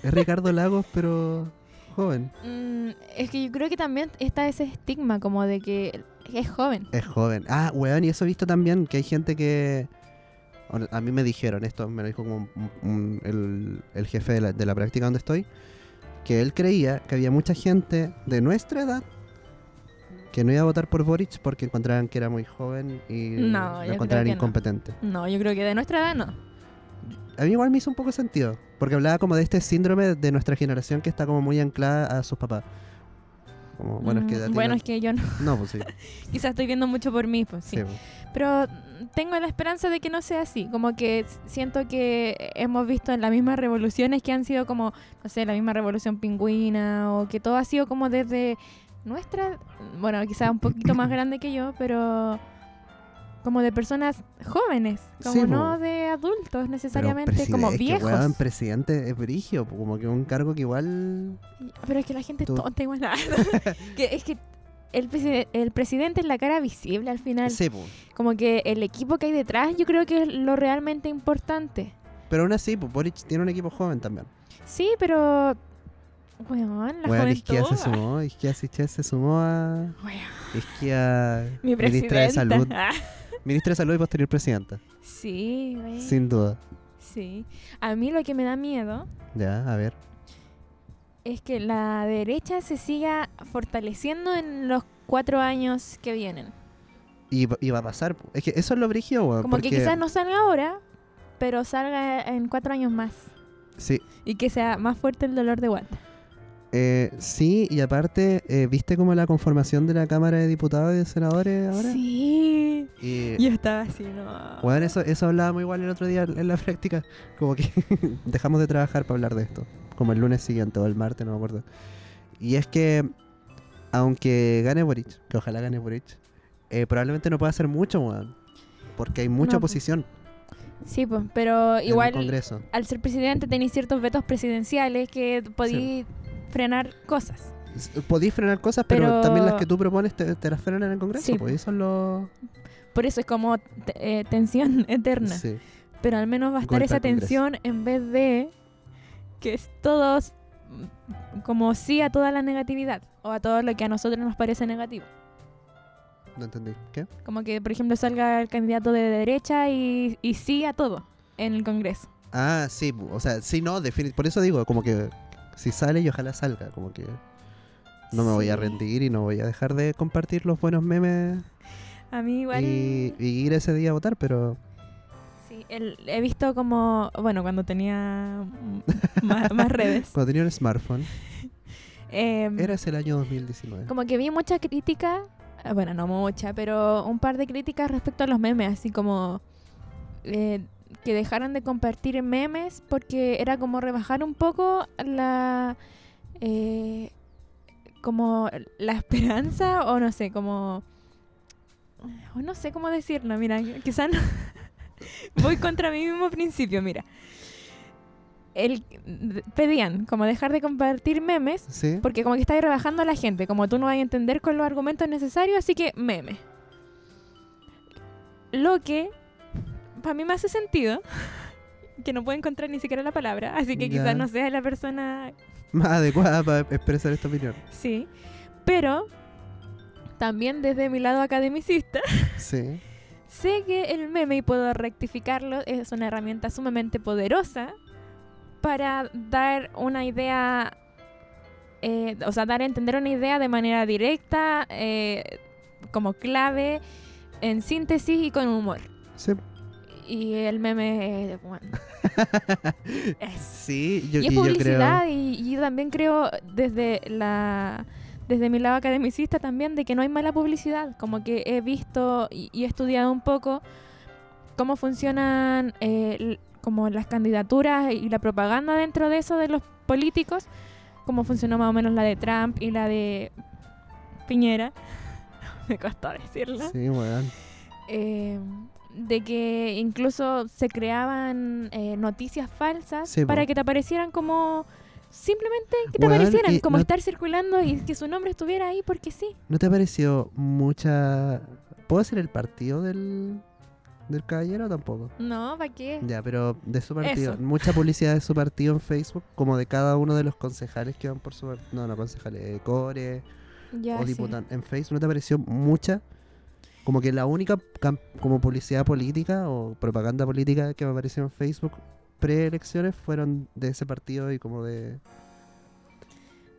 Speaker 1: Es Ricardo Lagos, pero joven.
Speaker 2: Mm, es que yo creo que también está ese estigma como de que es joven.
Speaker 1: Es joven. Ah, weón, y eso he visto también, que hay gente que... o- A mí me dijeron esto, me lo dijo como un- un- el, el jefe de la, de la práctica donde estoy, que él creía que había mucha gente de nuestra edad que no iba a votar por Boric porque encontraban que era muy joven y
Speaker 2: No,
Speaker 1: lo
Speaker 2: yo creo
Speaker 1: encontraban
Speaker 2: que no.
Speaker 1: incompetente.
Speaker 2: No, yo creo que de nuestra edad no.
Speaker 1: A mí igual me hizo un poco sentido, porque hablaba como de este síndrome de nuestra generación que está como muy anclada a sus papás. Como, bueno, es que...
Speaker 2: Mm,
Speaker 1: a ti
Speaker 2: bueno,
Speaker 1: no-
Speaker 2: es que yo no.
Speaker 1: No, pues sí.
Speaker 2: Quizás estoy viendo mucho por mí, pues sí.
Speaker 1: sí, pues.
Speaker 2: Pero mm, tengo la esperanza de que no sea así. Como que s- siento que hemos visto en las mismas revoluciones que han sido como, no sé, la misma revolución pingüina o que todo ha sido como desde nuestra, bueno, quizás un poquito más grande que yo, pero como de personas jóvenes, como
Speaker 1: Sí, po.
Speaker 2: no de adultos necesariamente,
Speaker 1: preside-
Speaker 2: como
Speaker 1: es que,
Speaker 2: viejos.
Speaker 1: weón, presidente es brigio, po, como que un cargo que igual.
Speaker 2: Y- Pero es que la gente
Speaker 1: Tú-
Speaker 2: es tonta igual. que es que el, preside- el presidente es la cara visible al final.
Speaker 1: Sí, po.
Speaker 2: Como que el equipo que hay detrás yo creo que es lo realmente importante.
Speaker 1: Pero aún así, po, Boric tiene un equipo joven también.
Speaker 2: Sí, pero Weón, la
Speaker 1: Bueno, Isquia
Speaker 2: juventud. ah.
Speaker 1: se sumó, Isquia Sichel se sumó a.
Speaker 2: Weón,
Speaker 1: Isquia,
Speaker 2: mi presidenta.
Speaker 1: ministra de Salud. Ministra de Salud y posterior presidenta,
Speaker 2: sí, weón. Sí.
Speaker 1: sin duda.
Speaker 2: A mí lo que me da miedo
Speaker 1: Ya, a ver.
Speaker 2: es que la derecha se siga fortaleciendo en los cuatro años que vienen.
Speaker 1: Y, va- y va a pasar. po. Es que eso es lo brígido, weón.
Speaker 2: Como que
Speaker 1: porque-
Speaker 2: quizás no salga ahora, pero salga en cuatro años más.
Speaker 1: Sí,
Speaker 2: Y que sea más fuerte el dolor de guata.
Speaker 1: eh, sí, y aparte, eh, ¿viste como la conformación de la Cámara de Diputados y de Senadores ahora? Eh.
Speaker 2: Sí.
Speaker 1: Y,
Speaker 2: Yo estaba así, no.
Speaker 1: Bueno, eso, eso hablábamos igual el otro día en la práctica. Como que dejamos de trabajar para hablar de esto. Como el lunes siguiente o el martes, no me acuerdo. Y es que, aunque gane Boric, que ojalá gane Boric, eh, probablemente no pueda hacer mucho, weón. Porque hay mucha
Speaker 2: No, pues,
Speaker 1: oposición
Speaker 2: Sí, pues, pero
Speaker 1: en el
Speaker 2: igual
Speaker 1: Congreso.
Speaker 2: al ser presidente tenéis ciertos vetos presidenciales que podí frenar cosas.
Speaker 1: S- Podís frenar cosas, pero,
Speaker 2: Pero-
Speaker 1: también las que tú propones te, te las frenan en el Congreso.
Speaker 2: Sí,
Speaker 1: pues eso es lo.
Speaker 2: Por eso es como te- eh, tensión eterna.
Speaker 1: Sí.
Speaker 2: Pero al menos va a estar
Speaker 1: Golpe
Speaker 2: esa
Speaker 1: al Congreso.
Speaker 2: tensión en vez de que es todos mm, como sí a toda la negatividad o a todo lo que a nosotros nos parece negativo.
Speaker 1: No entendí. ¿Qué?
Speaker 2: Como que, por ejemplo, salga el candidato de derecha y, y sí a todo en el Congreso.
Speaker 1: Ah, sí, bu- o sea, sí, no, defini- por eso digo, como que si sale y ojalá salga, como que no me voy a
Speaker 2: Sí.
Speaker 1: rendir y no voy a dejar de compartir los buenos memes
Speaker 2: A mí igual...
Speaker 1: y, y ir ese día a votar, pero
Speaker 2: Sí, el- he visto como, bueno, cuando tenía mm, más, más redes.
Speaker 1: cuando tenía un smartphone,
Speaker 2: em,
Speaker 1: era ese el año 2019.
Speaker 2: Como que vi mucha crítica, eh, bueno, no mucha, pero un par de críticas respecto a los memes, así como eh, que dejaron de compartir memes porque era como rebajar un poco la... eh, como la esperanza o no sé, como... o no sé cómo decirlo, mira, quizás no- voy contra mi mismo principio, mira. El, pedían como dejar de compartir memes
Speaker 1: ¿Sí?
Speaker 2: porque como que estáis rebajando a la gente, como tú no vas a entender con los argumentos necesarios, así que meme. Lo que para mí me hace sentido, que no puedo encontrar ni siquiera la palabra, así que
Speaker 1: Ya.
Speaker 2: quizás no sea la persona,
Speaker 1: Más adecuada para expresar esta opinión.
Speaker 2: sí, pero también desde mi lado academicista,
Speaker 1: Sí.
Speaker 2: sé que el meme, y puedo rectificarlo, es una herramienta sumamente poderosa para dar una idea, eh, o sea, dar a entender una idea de manera directa, eh, como clave, en síntesis y con humor.
Speaker 1: Sí.
Speaker 2: Y el meme, eh, bueno, es
Speaker 1: Sí, yo,
Speaker 2: y
Speaker 1: y
Speaker 2: es
Speaker 1: yo
Speaker 2: publicidad
Speaker 1: creo.
Speaker 2: y, y yo también creo desde la desde mi lado academicista también de que no hay mala publicidad como que he visto y, y he estudiado un poco cómo funcionan eh, l- como las candidaturas y la propaganda dentro de eso de los políticos cómo funcionó más o menos la de Trump y la de Piñera me costó decirla
Speaker 1: Sí, weón.
Speaker 2: eh, de que incluso se creaban eh, noticias falsas
Speaker 1: Sí, po.
Speaker 2: para que te aparecieran como simplemente que te
Speaker 1: Weón,
Speaker 2: aparecieran
Speaker 1: y
Speaker 2: como
Speaker 1: no-
Speaker 2: estar circulando y que su nombre estuviera ahí porque sí
Speaker 1: ¿No te pareció mucha. ¿Puedo decir el partido del, del caballero o tampoco?
Speaker 2: no para qué
Speaker 1: Ya, pero de su partido.
Speaker 2: Eso.
Speaker 1: Mucha publicidad de su partido en Facebook, como de cada uno de los concejales que van por su partido. No, no, concejales, eh, core
Speaker 2: ya
Speaker 1: o
Speaker 2: sí.
Speaker 1: diputados. En Facebook no te pareció mucha. Como que la única cam- como publicidad política o propaganda política que me apareció en Facebook preelecciones fueron de ese partido y como de...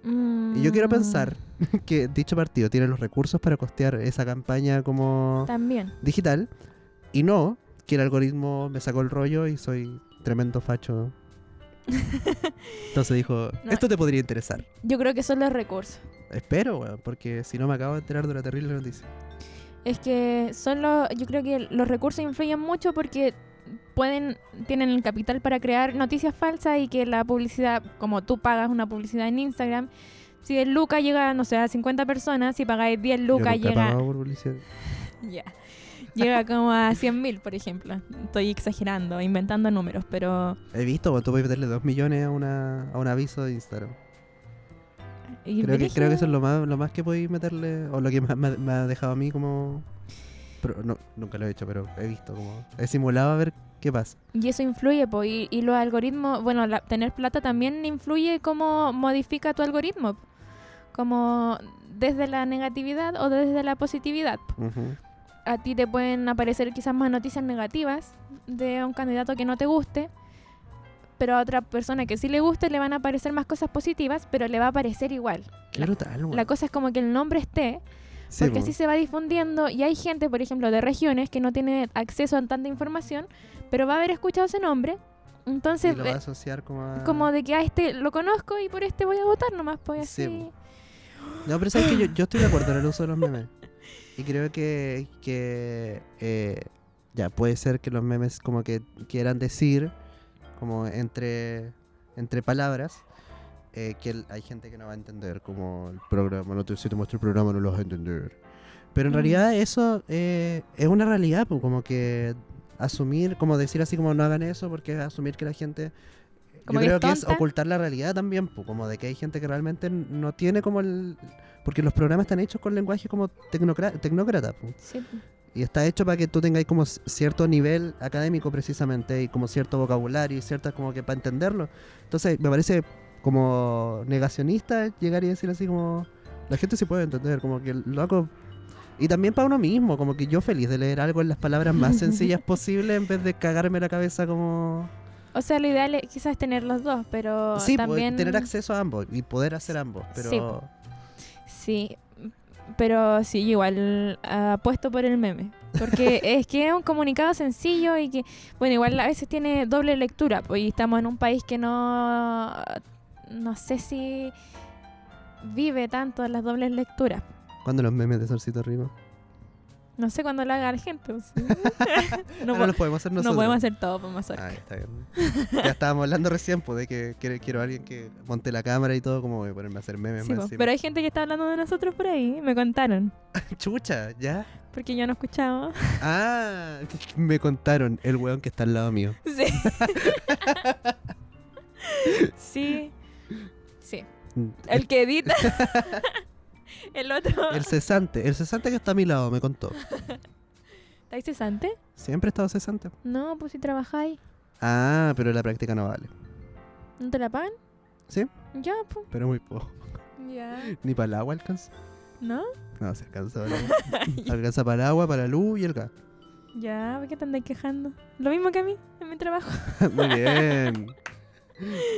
Speaker 1: Y yo quiero
Speaker 2: Mm,
Speaker 1: pensar que dicho partido tiene los recursos para costear esa campaña como
Speaker 2: también
Speaker 1: digital y no que el algoritmo me sacó el rollo y soy tremendo facho. Entonces dijo,
Speaker 2: No.
Speaker 1: esto te podría interesar.
Speaker 2: yo creo que son los recursos
Speaker 1: Espero, weón, porque si no me acabo de enterar de una terrible noticia.
Speaker 2: es que son los yo creo que los recursos influyen mucho porque pueden tienen el capital para crear noticias falsas y que la publicidad como tú pagas una publicidad en Instagram si el lucas llega no sé a 50 personas si pagáis 10
Speaker 1: Yo nunca
Speaker 2: lucas
Speaker 1: he
Speaker 2: llega
Speaker 1: pagado por publicidad.
Speaker 2: ya llega como a 100.000 por ejemplo estoy exagerando inventando números pero
Speaker 1: He visto, weón, tú puedes meterle 2 millones a, una, a un aviso de Instagram.
Speaker 2: y
Speaker 1: Creo que, creo que eso es
Speaker 2: brígido.
Speaker 1: lo más, lo más que podéis meterle, o lo que más me, me ha dejado a mí como pro- no, nunca lo he hecho, pero he visto como. He simulado a ver qué pasa.
Speaker 2: Y eso influye, po, y, y los algoritmos, bueno, la- tener plata también influye cómo modifica tu algoritmo, po. como desde la negatividad o desde la positividad. po.
Speaker 1: Ujú.
Speaker 2: A ti te pueden aparecer quizás más noticias negativas de un candidato que no te guste, pero a otra persona que sí le guste le van a aparecer más cosas positivas, pero le va a aparecer igual.
Speaker 1: Qué
Speaker 2: La-
Speaker 1: brutal, weón.
Speaker 2: La cosa es como que el nombre esté,
Speaker 1: Sí,
Speaker 2: porque
Speaker 1: po.
Speaker 2: así se va difundiendo y hay gente, por ejemplo, de regiones que no tiene acceso a tanta información, pero va a haber escuchado ese nombre.
Speaker 1: Y
Speaker 2: Entonces,
Speaker 1: lo va a
Speaker 2: eh,
Speaker 1: asociar como a.
Speaker 2: como de que a este lo conozco y por este voy a votar nomás, pues
Speaker 1: Sí,
Speaker 2: así.
Speaker 1: bo. No, pero sabes que yo, yo estoy de acuerdo en el uso de los memes. Y creo que, que eh, ya puede ser que los memes como que quieran decir, como entre, entre palabras, eh, que el- hay gente que no va a entender como el programa, no te, si te muestro el programa no lo vas a entender. Pero en
Speaker 2: Mm.
Speaker 1: realidad eso eh, es una realidad, pues, como que asumir, como decir así como no hagan eso porque es asumir que la gente
Speaker 2: Como que
Speaker 1: yo creo
Speaker 2: es
Speaker 1: que es
Speaker 2: tonta.
Speaker 1: ocultar la realidad también, po, como de que hay gente que realmente n- no tiene como el... Porque los programas están hechos con lenguaje como tecnocra- tecnócrata, po,
Speaker 2: Sí.
Speaker 1: y está hecho para que tú tengáis como c- cierto nivel académico precisamente, y como cierto vocabulario, y ciertas como que para entenderlo. Entonces me parece como negacionista llegar y decir así como... La gente sí puede entender, como que lo hago... Y también para uno mismo, como que yo feliz de leer algo en las palabras más sencillas posible en vez de cagarme la cabeza como...
Speaker 2: O sea, lo ideal es quizás tener los dos, pero
Speaker 1: Sí, po, y
Speaker 2: también
Speaker 1: tener acceso a ambos y poder hacer ambos, pero
Speaker 2: Sí, po. Sí, pero sí, igual ah, apuesto por el meme. Porque es que es un comunicado sencillo y que, bueno, igual a veces tiene doble lectura. Pues, y estamos en un país que no, no sé si vive tanto las dobles lecturas.
Speaker 1: cuando los memes de Sorcito Rico.
Speaker 2: No sé cuándo lo haga la gente. pues. no,
Speaker 1: No,
Speaker 2: po-
Speaker 1: los podemos hacer
Speaker 2: no
Speaker 1: nosotros.
Speaker 2: podemos hacer todo por más
Speaker 1: Ah, está bien. Ya estábamos hablando recién pues, de que quiero, quiero a alguien que monte la cámara y todo, como voy a ponerme a hacer memes más encima.
Speaker 2: Pero hay gente que está hablando de nosotros por ahí, me contaron.
Speaker 1: Chucha, ¿ya?
Speaker 2: Porque yo no escuchaba.
Speaker 1: Ah, me contaron el weón que está al lado mío.
Speaker 2: Sí. sí. Sí. El que edita. el otro.
Speaker 1: El cesante, el cesante que está a mi lado me contó.
Speaker 2: ¿Estáis cesante?
Speaker 1: Siempre he estado cesante.
Speaker 2: No, pues si trabajáis.
Speaker 1: Ah, pero la práctica no vale.
Speaker 2: ¿No te la pagan?
Speaker 1: Sí.
Speaker 2: Ya, pues.
Speaker 1: Pero muy poco.
Speaker 2: Ya.
Speaker 1: Ni para el agua alcanza.
Speaker 2: ¿No?
Speaker 1: No, se alcanza para el agua. Alcanza para el agua, para la luz y el gas.
Speaker 2: ya, ¿por qué te andáis quejando? Lo mismo que a mí, en mi trabajo.
Speaker 1: Muy bien.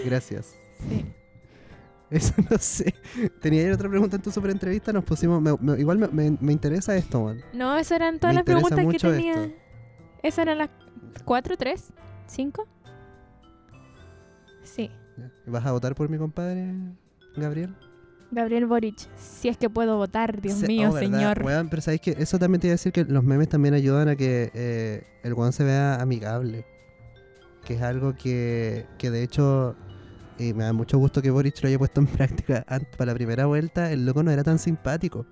Speaker 1: Gracias.
Speaker 2: Sí.
Speaker 1: Eso no sé. Tenía ayer otra pregunta en tu super entrevista. Nos pusimos. me- me- igual me, me- me interesa esto, man.
Speaker 2: No, esas eran
Speaker 1: Me
Speaker 2: todas las
Speaker 1: interesa
Speaker 2: preguntas que
Speaker 1: mucho
Speaker 2: tenía.
Speaker 1: esto.
Speaker 2: Esas eran las cuatro, tres, cinco. Sí.
Speaker 1: ¿Vas a votar por mi compadre, Gabriel?
Speaker 2: Gabriel Boric, si es que puedo votar, Dios
Speaker 1: Se-
Speaker 2: mío,
Speaker 1: oh, ¿verdad?
Speaker 2: señor.
Speaker 1: Weón, pero sabéis que eso también te iba a decir que los memes también ayudan a que eh, el weón se vea amigable. Que es algo que, que de hecho. Y me da mucho gusto que Boric lo haya puesto en práctica. An- Para la primera vuelta, el loco no era tan simpático.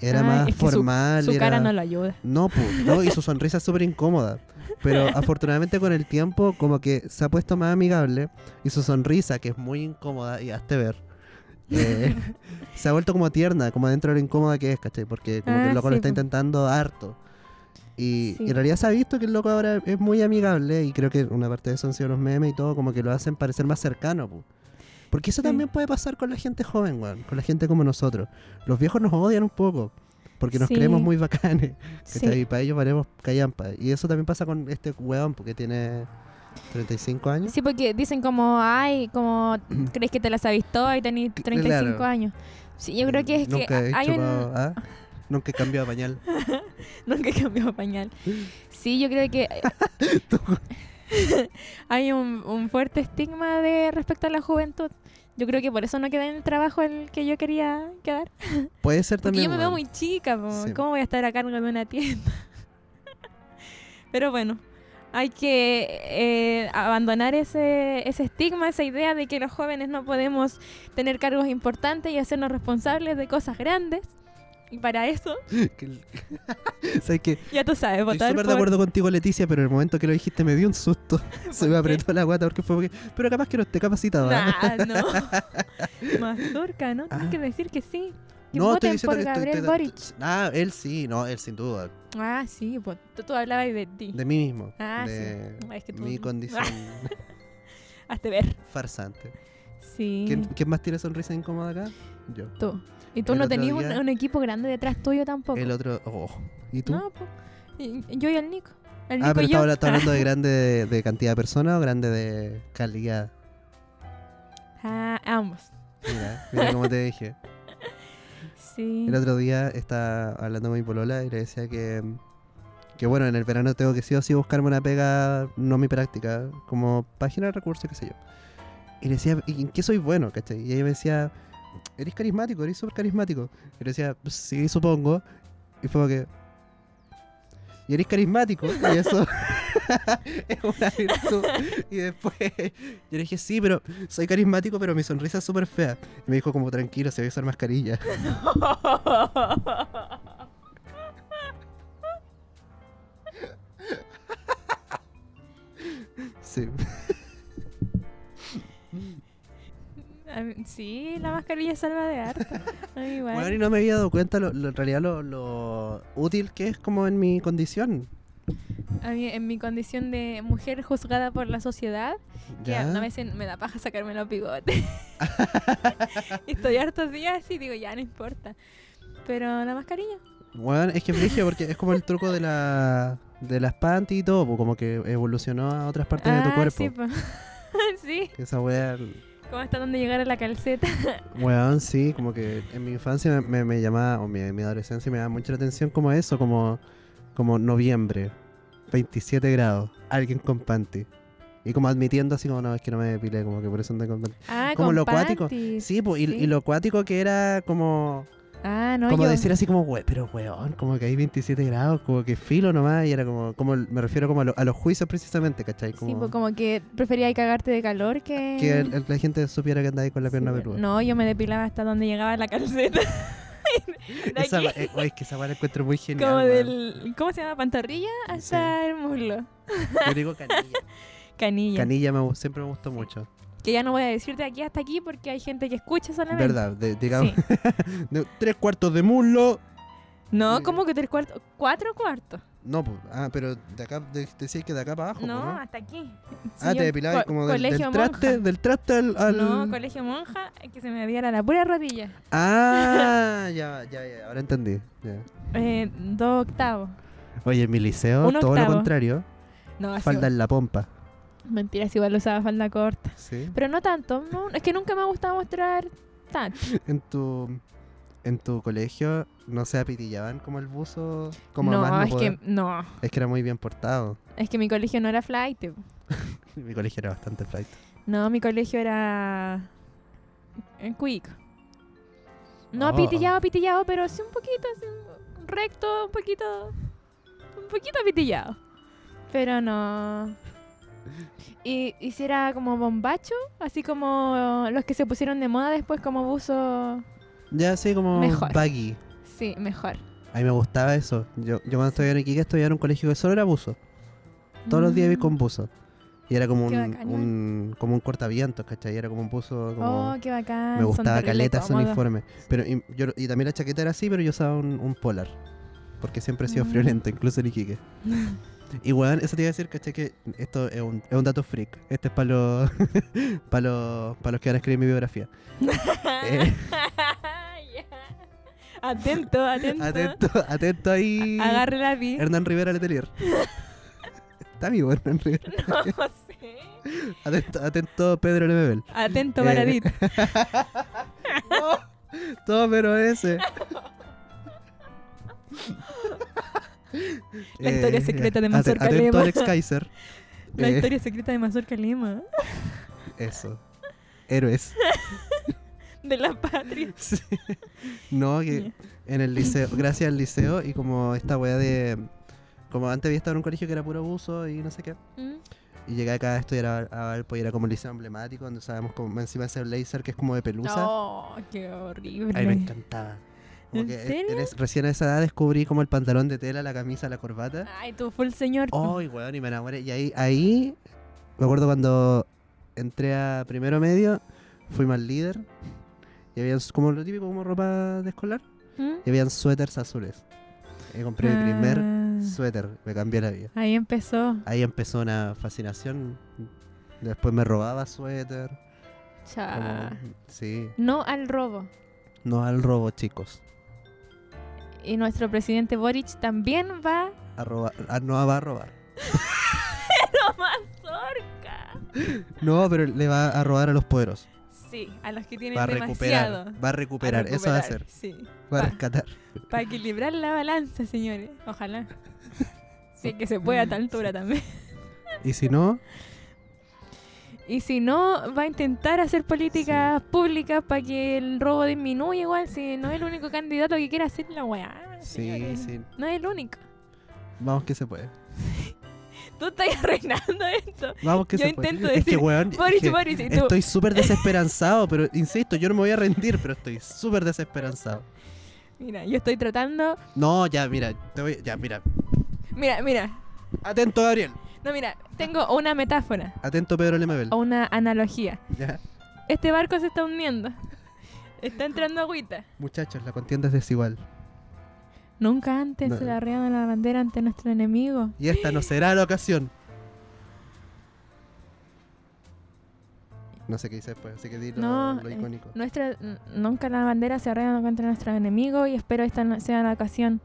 Speaker 1: Era
Speaker 2: Ay,
Speaker 1: más
Speaker 2: Ah, es que su-
Speaker 1: formal.
Speaker 2: Su
Speaker 1: era-
Speaker 2: cara no lo ayuda.
Speaker 1: No, pu, no, y su sonrisa es súper incómoda. Pero afortunadamente con el tiempo como que se ha puesto más amigable y su sonrisa, que es muy incómoda, y hazte ver, eh, se ha vuelto como tierna, como dentro de lo incómoda que es, ¿cachai? Porque como que
Speaker 2: Ah,
Speaker 1: el loco
Speaker 2: sí,
Speaker 1: lo está
Speaker 2: pu.
Speaker 1: intentando harto. Y,
Speaker 2: Sí.
Speaker 1: y en realidad se ha visto que el loco ahora es muy amigable y creo que una parte de eso han sido los memes y todo, como que lo hacen parecer más cercano, pu. Porque eso
Speaker 2: Sí.
Speaker 1: también puede pasar con la gente joven, weón, con la gente como nosotros. Los viejos nos odian un poco, porque nos
Speaker 2: Sí.
Speaker 1: creemos muy bacanes. ¿cachai?
Speaker 2: Sí.
Speaker 1: Y para ellos valemos callampa. Y eso también pasa con este weón, porque tiene 35 años.
Speaker 2: Sí, porque dicen como, ay, como crees que te las sabes todas y tenés 35
Speaker 1: Claro. Eh,
Speaker 2: años. Sí, yo creo que es
Speaker 1: Nunca
Speaker 2: que
Speaker 1: he
Speaker 2: hay
Speaker 1: chupado-
Speaker 2: un...
Speaker 1: ¿ah? Nunca he cambiado pañal.
Speaker 2: Nunca he cambiado pañal. Sí, yo creo que eh, hay un, un fuerte estigma de respecto a la juventud. Yo creo que por eso no quedé en el trabajo el que yo quería quedar.
Speaker 1: Puede ser
Speaker 2: Porque
Speaker 1: también.
Speaker 2: yo me veo
Speaker 1: weón.
Speaker 2: muy chica, po.
Speaker 1: Sí.
Speaker 2: ¿cómo voy a estar a cargo de una tienda? Pero bueno, hay que eh, abandonar ese, ese estigma, esa idea de que los jóvenes no podemos tener cargos importantes y hacernos responsables de cosas grandes. Y para eso,
Speaker 1: Que- ¿Sabes qué?
Speaker 2: ya tú sabes,
Speaker 1: Estoy
Speaker 2: votar
Speaker 1: súper de
Speaker 2: por-
Speaker 1: acuerdo contigo, Leticia, pero en el momento que lo dijiste me dio un susto. Se me
Speaker 2: qué?
Speaker 1: apretó la guata porque fue porque. Pero capaz que no esté capacitado. ¿ah?
Speaker 2: Nah, no. Mazurca, ¿no? Tienes
Speaker 1: Ah.
Speaker 2: que decir que sí. Que
Speaker 1: no, estoy
Speaker 2: voten
Speaker 1: diciendo
Speaker 2: por
Speaker 1: que estoy-
Speaker 2: Gabriel
Speaker 1: estoy-
Speaker 2: Boric.
Speaker 1: Ah, él sí, no, él sin duda.
Speaker 2: Ah, sí, pues, tú, tú hablabas de ti.
Speaker 1: De mí mismo.
Speaker 2: Ah, sí.
Speaker 1: de
Speaker 2: Es que tú-
Speaker 1: mi condición
Speaker 2: Hazte ver.
Speaker 1: farsante.
Speaker 2: Sí.
Speaker 1: ¿Quién, quién más tiene sonrisa incómoda acá? Yo.
Speaker 2: Tú. Y tú
Speaker 1: El
Speaker 2: no
Speaker 1: otro
Speaker 2: tenías un,
Speaker 1: día-
Speaker 2: un equipo grande detrás tuyo tampoco.
Speaker 1: El otro. oh, ¿Y tú?
Speaker 2: No, po. Y- y Yo y el Nico. El Nico
Speaker 1: ah, pero
Speaker 2: y yo.
Speaker 1: estaba, estaba hablando de grande de, de cantidad de personas o grande de calidad.
Speaker 2: Ah, ambos.
Speaker 1: Mira, mira cómo te dije.
Speaker 2: Sí.
Speaker 1: El otro día estaba hablando con mi polola y le decía que, que bueno, en el verano tengo que sí o sí buscarme una pega, no mi práctica, como página de recursos, qué sé yo. Y le decía, ¿y en qué soy bueno? ¿Cachai? Y ella me decía, eres carismático, eres súper carismático. Y le decía, sí, supongo. Y fue como que... Y eres carismático, y eso es una virtud. Y después yo le dije, sí, pero soy carismático, pero mi sonrisa es súper fea. Y me dijo como, tranquilo, se va a usar mascarilla. Sí.
Speaker 2: A mí- sí, la mascarilla salva de harto. A mí igual.
Speaker 1: Bueno, y no me había dado cuenta lo, lo- en realidad lo, lo útil que es como en mi condición.
Speaker 2: A mí, en mi condición de mujer juzgada por la sociedad, que
Speaker 1: ¿ya?
Speaker 2: a veces me da paja sacarme los bigotes. y estoy hartos días y digo, ya no importa. Pero la mascarilla.
Speaker 1: Bueno, es que es brígido porque es como el truco de la de las panties y todo, po, como que evolucionó a otras partes de tu
Speaker 2: Ah,
Speaker 1: cuerpo.
Speaker 2: Sí, po. sí,
Speaker 1: Que Esa wea,
Speaker 2: como hasta donde llegar a la calceta.
Speaker 1: weón, sí, como que en mi infancia me, me- me llamaba, o mi, mi adolescencia me llamaba mucho la atención como eso, como, como noviembre, 27 grados, alguien con panty. Y como admitiendo así como, no, es que no me depilé, como que por eso ando con panty.
Speaker 2: Ah,
Speaker 1: Como
Speaker 2: con
Speaker 1: lo acuático.
Speaker 2: panties.
Speaker 1: Sí, po, y,
Speaker 2: sí.
Speaker 1: y lo acuático que era como...
Speaker 2: Ah, no,
Speaker 1: como
Speaker 2: yo-
Speaker 1: decir así como, "Hue- pero weón, como que hay 27 grados, como que filo nomás, y era como, como me refiero como a, lo- a los juicios precisamente, ¿cachai?
Speaker 2: Sí,
Speaker 1: Como,
Speaker 2: pues como que prefería ahí cagarte de calor que...
Speaker 1: que el- el- la gente supiera que andaba ahí con la
Speaker 2: Sí,
Speaker 1: pierna
Speaker 2: pues,
Speaker 1: peluda.
Speaker 2: No, yo me depilaba hasta donde llegaba la calceta. De
Speaker 1: Esa
Speaker 2: aquí,
Speaker 1: va- eh, oye, es que esa va la encuentro muy genial.
Speaker 2: como
Speaker 1: weón.
Speaker 2: del... ¿Cómo se llama? Pantorrilla hasta el muslo.
Speaker 1: Yo digo canilla.
Speaker 2: Canilla.
Speaker 1: Canilla me gu- siempre me gustó mucho.
Speaker 2: que ya no voy a decirte aquí hasta aquí porque hay gente que escucha solamente.
Speaker 1: Verdad, de- digamos,
Speaker 2: Sí.
Speaker 1: de- tres cuartos de muslo.
Speaker 2: No,
Speaker 1: Sí.
Speaker 2: como que tres cuartos... Cuatro cuartos.
Speaker 1: No, pues, ah, pero de acá de- decías que de acá para abajo.
Speaker 2: No,
Speaker 1: ¿no?
Speaker 2: hasta aquí.
Speaker 1: Ah,
Speaker 2: Sí,
Speaker 1: te
Speaker 2: yo-
Speaker 1: depilabas
Speaker 2: co-
Speaker 1: como del, del
Speaker 2: colegio
Speaker 1: traste,
Speaker 2: monja.
Speaker 1: del traste al... al-
Speaker 2: No, colegio monja, que se me viera la pura rodilla.
Speaker 1: Ah, ya, ya, ya, ahora entendí. ya.
Speaker 2: Eh, dos octavos.
Speaker 1: Oye, en mi liceo,
Speaker 2: Un
Speaker 1: todo lo
Speaker 2: octavo. Ah,
Speaker 1: contrario.
Speaker 2: No, así-
Speaker 1: Falda en la pompa.
Speaker 2: Mentiras, igual usaba falda corta.
Speaker 1: Sí.
Speaker 2: Pero no tanto, no, es que nunca me ha gustado mostrar tanto.
Speaker 1: En tu, en tu colegio no se apitillaban como el buzo, como a
Speaker 2: no,
Speaker 1: más no
Speaker 2: es
Speaker 1: poder?
Speaker 2: que no,
Speaker 1: Es que era muy bien portado.
Speaker 2: es que mi colegio no era flight.
Speaker 1: Mi colegio era bastante flight.
Speaker 2: No, mi colegio era en cuico. No
Speaker 1: Oh.
Speaker 2: pitillado, pitillado, pero sí un poquito, así, un- recto, un poquito, un poquito pitillado. Pero no. Y hiciera como bombacho, así como los que se pusieron de moda después como buzo.
Speaker 1: Ya sí, como
Speaker 2: Mejor.
Speaker 1: baggy.
Speaker 2: Sí, mejor.
Speaker 1: A mí me gustaba eso. Yo, yo cuando estudiaba en Iquique estudiaba en un colegio que solo era buzo. Todos los días vi
Speaker 2: Mm.
Speaker 1: con buzo. Y era como
Speaker 2: Qué
Speaker 1: un,
Speaker 2: bacán,
Speaker 1: un- como un cortavientos, ¿cachai? Era como un buzo como...
Speaker 2: Oh, qué bacán.
Speaker 1: me
Speaker 2: son
Speaker 1: gustaba
Speaker 2: terrible
Speaker 1: caleta ese
Speaker 2: cómodos.
Speaker 1: uniforme. Pero, y, yo, y también la chaqueta era así, pero yo usaba un, un polar. Porque siempre he sido
Speaker 2: Mm.
Speaker 1: friolento, incluso en Iquique. Y weón, eso te iba a decir, caché que esto es un, es un dato freak. Este es para los, para los, pa' los que van a escribir mi biografía. Eh.
Speaker 2: Ya. Atento, atento.
Speaker 1: Atento, atento ahí.
Speaker 2: Agarre la pi.
Speaker 1: Hernán Rivera Letelier. Está vivo Hernán Rivera.
Speaker 2: No sé.
Speaker 1: Atento, atento Pedro Lemebel.
Speaker 2: Atento,
Speaker 1: Eh.
Speaker 2: Baradit.
Speaker 1: Todo pero ese.
Speaker 2: La historia secreta de
Speaker 1: ate-
Speaker 2: Mazorca
Speaker 1: Atento
Speaker 2: Lema.
Speaker 1: Eh, Alex Kaiser.
Speaker 2: La
Speaker 1: Eh,
Speaker 2: historia secreta de Mazorca Lima.
Speaker 1: Eso. Héroes.
Speaker 2: De la patria.
Speaker 1: Sí. No, que en el liceo, gracias al liceo y como esta weá de... Como antes había estado en un colegio que era puro abuso y no sé qué.
Speaker 2: Mm.
Speaker 1: Y llegué acá a estudiar a, a Valpo y era como el liceo emblemático, donde usábamos como encima ese blazer que es como de pelusa.
Speaker 2: Oh, qué horrible.
Speaker 1: A mí me encantaba. Como
Speaker 2: ¿En
Speaker 1: que e-, en-
Speaker 2: serio?
Speaker 1: en es- recién a esa edad descubrí como el pantalón de tela, la camisa, la corbata.
Speaker 2: Ay, tú fue el señor. po.
Speaker 1: ¡Ay, weón! Y me enamoré. Y ahí, ahí, me acuerdo cuando entré a primero medio, fui mal líder. Y habían, s- como lo típico, como ropa de escolar.
Speaker 2: ¿Mm?
Speaker 1: Y habían suéteres azules. Y compré mi primer
Speaker 2: Ah,
Speaker 1: suéter. Me cambié la vida.
Speaker 2: Ahí empezó.
Speaker 1: Ahí empezó una fascinación. Después me robaba suéter. como-
Speaker 2: Cha.
Speaker 1: sí.
Speaker 2: No al robo.
Speaker 1: No al robo, chicos.
Speaker 2: Y nuestro presidente Boric también va
Speaker 1: A robar. a- ah, no va a robar.
Speaker 2: a Mazorca.
Speaker 1: No, pero le va a robar a los poderos.
Speaker 2: Sí, a los que tienen
Speaker 1: Va a
Speaker 2: demasiado.
Speaker 1: recuperar. Va a recuperar. Eso va a hacer.
Speaker 2: Sí.
Speaker 1: Va a
Speaker 2: Va.
Speaker 1: rescatar.
Speaker 2: Para equilibrar la balanza, señores. Ojalá. Sí, que se pueda a tal altura también.
Speaker 1: Y si no,
Speaker 2: Y si no, va a intentar hacer políticas públicas para que el robo disminuya igual, si no es el único candidato que quiera hacer la weá.
Speaker 1: sí,
Speaker 2: señores.
Speaker 1: sí.
Speaker 2: No es el único.
Speaker 1: Vamos que se puede.
Speaker 2: Tú estás arruinando esto.
Speaker 1: Vamos que
Speaker 2: Yo
Speaker 1: se puede.
Speaker 2: intento
Speaker 1: Es que,
Speaker 2: decir,
Speaker 1: weón, es
Speaker 2: Boric,
Speaker 1: que
Speaker 2: Boric, y tú.
Speaker 1: estoy súper desesperanzado, pero insisto, yo no me voy a rendir, pero estoy súper desesperanzado.
Speaker 2: Mira, yo estoy tratando.
Speaker 1: No, ya, mira, te voy, ya, mira.
Speaker 2: Mira, mira.
Speaker 1: Atento, Gabriel.
Speaker 2: No, mira, tengo una metáfora
Speaker 1: Atento, Pedro Lemebel.
Speaker 2: o una analogía.
Speaker 1: Ya.
Speaker 2: Este barco se está hundiendo. Está entrando agüita.
Speaker 1: Muchachos, la contienda es desigual.
Speaker 2: Nunca antes
Speaker 1: No.
Speaker 2: se la arreaban la bandera ante nuestro enemigo.
Speaker 1: Y esta no será la ocasión. No sé qué dice después, así que di lo,
Speaker 2: No,
Speaker 1: lo
Speaker 2: eh,
Speaker 1: icónico.
Speaker 2: Nuestra, n- nunca la bandera se arrean contra nuestro enemigo y espero esta no sea la ocasión.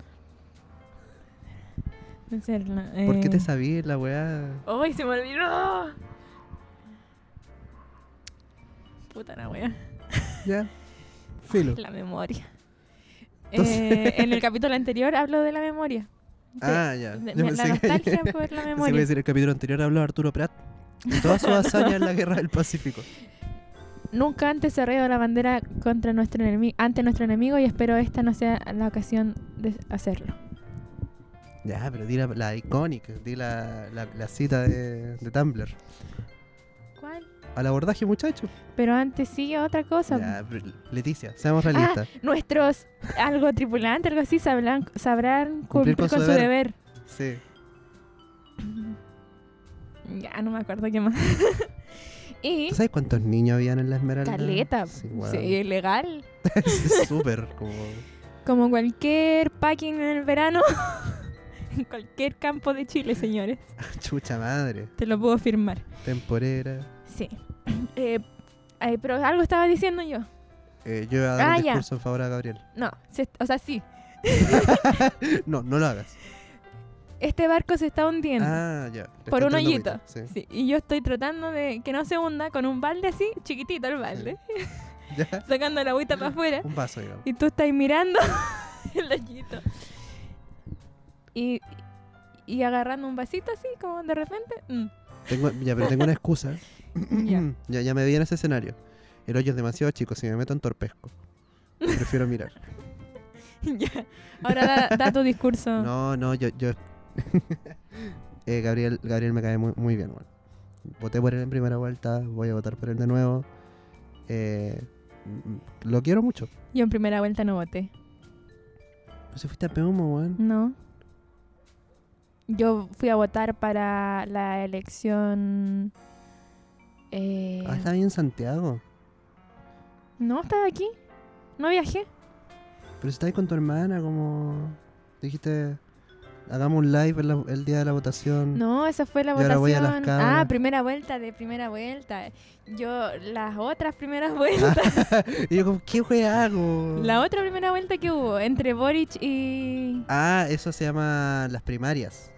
Speaker 2: No sé, la-
Speaker 1: ¿Por qué te
Speaker 2: eh,
Speaker 1: sabí la weá?
Speaker 2: ¡Ay, se me olvidó! Puta la wea.
Speaker 1: Ya. Filo.
Speaker 2: La memoria.
Speaker 1: Entonces-
Speaker 2: Eh, en el capítulo anterior hablo de la memoria. De-
Speaker 1: Ah, ya.
Speaker 2: de-
Speaker 1: Yo
Speaker 2: me- la
Speaker 1: pensé que-
Speaker 2: nostalgia por la
Speaker 1: Así voy a
Speaker 2: memoria.
Speaker 1: decir, el capítulo anterior habló Arturo Prat. Y toda su hazaña en la guerra del Pacífico.
Speaker 2: Nunca antes se arreó la bandera contra nuestro enemigo, ante nuestro enemigo y espero esta no sea la ocasión de hacerlo.
Speaker 1: Ya, pero di la, la icónica, di la, la- la cita de, de Tumblr.
Speaker 2: ¿Cuál?
Speaker 1: Al abordaje, muchacho.
Speaker 2: Pero antes sigue otra cosa.
Speaker 1: Ya, pero Leticia, seamos realistas.
Speaker 2: Nuestros algo tripulante, algo así, sabrán, sabrán cumplir, con, su, deber.
Speaker 1: Sí.
Speaker 2: Ya no me acuerdo qué más. y
Speaker 1: ¿Tú sabes cuántos niños habían en la Esmeralda?
Speaker 2: caleta.
Speaker 1: Sí, wow.
Speaker 2: sí, ilegal.
Speaker 1: es súper como...
Speaker 2: Como cualquier packing en el verano. en cualquier campo de Chile, señores.
Speaker 1: Chucha madre.
Speaker 2: Te lo puedo firmar.
Speaker 1: Temporera.
Speaker 2: Sí. Eh, ay, pero algo estaba diciendo yo.
Speaker 1: Eh, yo voy a dar
Speaker 2: Ah,
Speaker 1: un
Speaker 2: ya.
Speaker 1: discurso en favor a Gabriel.
Speaker 2: No, se- o sea, sí.
Speaker 1: No, no lo hagas.
Speaker 2: Este barco se está hundiendo.
Speaker 1: Ah, ya. Le
Speaker 2: por
Speaker 1: está
Speaker 2: un
Speaker 1: entrando
Speaker 2: hoyito.
Speaker 1: agüita, Sí.
Speaker 2: Sí, y yo estoy tratando de que no se hunda con un balde así, chiquitito el balde,
Speaker 1: Ya.
Speaker 2: sacando la agüita para afuera.
Speaker 1: Un vaso, digamos.
Speaker 2: ¿Eh? Y tú estás mirando el hoyito. Y, y agarrando un vasito así, como de repente. mm,
Speaker 1: Tengo, ya, pero tengo una excusa.
Speaker 2: Ya.
Speaker 1: ya, ya me vi en ese escenario. El hoyo es demasiado chico, si me meto entorpezco. Prefiero mirar.
Speaker 2: ya. Ahora da, da tu discurso.
Speaker 1: No, no, yo... yo... Eh, Gabriel, Gabriel me cae muy, muy bien, bueno. Voté por él en primera vuelta, voy a votar por él de nuevo. Eh, mm, lo quiero mucho.
Speaker 2: Yo en primera vuelta no voté.
Speaker 1: Pero si fuiste a Peumo, weón.
Speaker 2: No. Yo fui a votar para la elección. eh,
Speaker 1: Ah, está bien en Santiago.
Speaker 2: no, estaba aquí. No viajé.
Speaker 1: Pero si estás ahí con tu hermana, como... Dijiste, hagamos un live en la- el día de la votación.
Speaker 2: No, esa fue la
Speaker 1: Y
Speaker 2: votación.
Speaker 1: Mm. ahora voy a las
Speaker 2: ah,
Speaker 1: cabras.
Speaker 2: primera vuelta, de primera vuelta. Yo, las otras primeras
Speaker 1: Ah.
Speaker 2: vueltas.
Speaker 1: Y yo como, ¿qué weá hago?
Speaker 2: la otra primera vuelta que hubo entre Boric y
Speaker 1: Ah, eso se llama las primarias.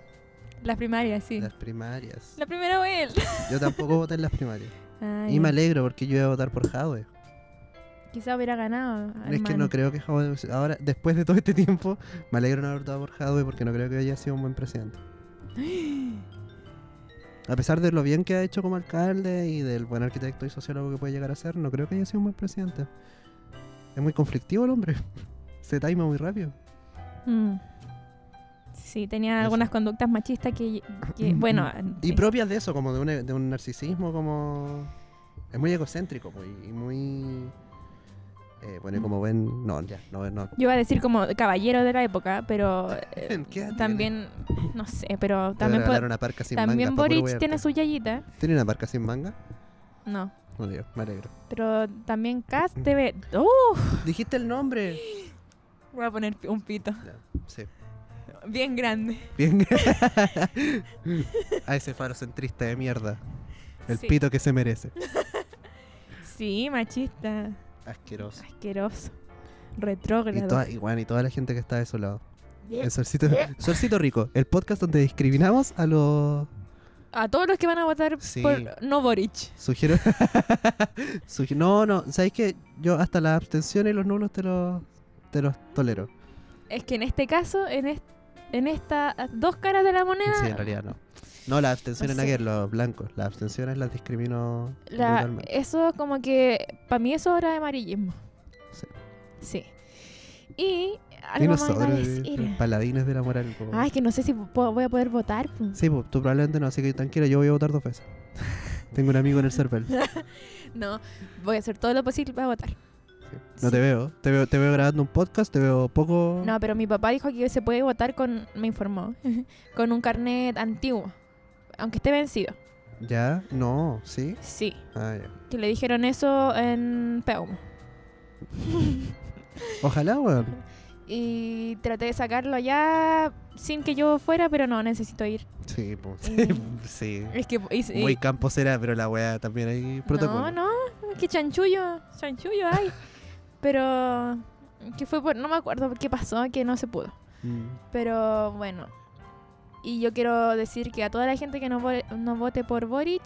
Speaker 2: las primarias, sí.
Speaker 1: Las primarias.
Speaker 2: La primera vuelta.
Speaker 1: Yo tampoco voté en las primarias.
Speaker 2: Ay,
Speaker 1: Y me alegro porque yo iba a votar por Jadwe.
Speaker 2: quizá hubiera ganado.
Speaker 1: Es que no
Speaker 2: hermano.
Speaker 1: creo que Jadwe. Ahora, después de todo este tiempo, me alegro de no haber votado por Jadwe porque no creo que haya sido un buen presidente. A pesar de lo bien que ha hecho como alcalde y del buen arquitecto y sociólogo que puede llegar a ser, no creo que haya sido un buen presidente. Es muy conflictivo el hombre. Se taima muy rápido.
Speaker 2: Mm. Sí, tenía
Speaker 1: Eso. Mm.
Speaker 2: algunas conductas machistas que, que- bueno,
Speaker 1: Y
Speaker 2: eh,
Speaker 1: propias de eso, como de un, e, de un narcisismo, como. Es muy egocéntrico, muy. Y muy eh, bueno, y como buen. No, ya, no, no.
Speaker 2: yo iba a decir como caballero de la época, pero eh,
Speaker 1: ¿Qué edad
Speaker 2: también, no sé, pero
Speaker 1: También
Speaker 2: también, po-
Speaker 1: regalar una parca sin manga.
Speaker 2: también
Speaker 1: pa' puro
Speaker 2: Boric
Speaker 1: huearte.
Speaker 2: tiene su yayita.
Speaker 1: ¿Tiene una parca sin manga?
Speaker 2: No,
Speaker 1: Oh, Dios, me alegro.
Speaker 2: Pero también Cast
Speaker 1: Mm.
Speaker 2: TV. ¡Uh!
Speaker 1: Dijiste el nombre.
Speaker 2: Voy a poner un pito.
Speaker 1: Sí.
Speaker 2: Bien grande.
Speaker 1: Bien. A ese faro centrista de mierda. El
Speaker 2: Sí.
Speaker 1: pito que se merece.
Speaker 2: Sí, machista.
Speaker 1: Asqueroso.
Speaker 2: Asqueroso.
Speaker 1: Y,
Speaker 2: Retrógrado.
Speaker 1: toda, y bueno, y toda la gente que está de su lado. El solcito, Solcito Rico, el podcast donde discriminamos a los.
Speaker 2: A todos los que van a votar
Speaker 1: Sí.
Speaker 2: por no Boric.
Speaker 1: Sugiero. Sugi- no, no, ¿sabes qué? Yo hasta las abstenciones y los nulos te los, te los tolero.
Speaker 2: Es que en este caso, en, est- en estas dos caras de la moneda,
Speaker 1: Sí, en realidad no. No, las abstenciones
Speaker 2: No
Speaker 1: no
Speaker 2: sé.
Speaker 1: que los blancos. Las abstenciones las discrimino.
Speaker 2: la- eh,
Speaker 1: brutalmente.
Speaker 2: eso como que para mí eso era de amarillismo.
Speaker 1: Sí.
Speaker 2: Sí. Y
Speaker 1: Y
Speaker 2: algo más iba a
Speaker 1: nosotros,
Speaker 2: decir.
Speaker 1: eh, paladines de la moral. como-
Speaker 2: Ah, es que no sé si po- voy a poder votar. po.
Speaker 1: Sí, pues, tú probablemente no, así que tranquila, yo voy a votar dos veces. Tengo un amigo en el Cervel.
Speaker 2: No, voy a hacer todo lo posible para votar.
Speaker 1: No te veo. te veo. Te veo grabando un podcast, te veo poco.
Speaker 2: No, pero mi papá dijo que se puede votar con, me informó, con un carnet antiguo, aunque esté vencido.
Speaker 1: ¿Ya? No, ¿sí?
Speaker 2: Sí,
Speaker 1: Ah, ya.
Speaker 2: que le dijeron eso en Peumo.
Speaker 1: Ojalá, weón.
Speaker 2: Y traté de sacarlo allá sin que yo fuera, pero no, necesito ir.
Speaker 1: Sí, pues.
Speaker 2: Mm.
Speaker 1: sí.
Speaker 2: Es que... y- y-
Speaker 1: Muy campo será, pero la weá también hay protocolo.
Speaker 2: no, no, que chanchullo, chanchullo hay. pero que fue por, no me acuerdo qué pasó, que no se pudo.
Speaker 1: Mm.
Speaker 2: Pero bueno. Y yo quiero decir que a toda la gente que no, vo- no vote por Boric,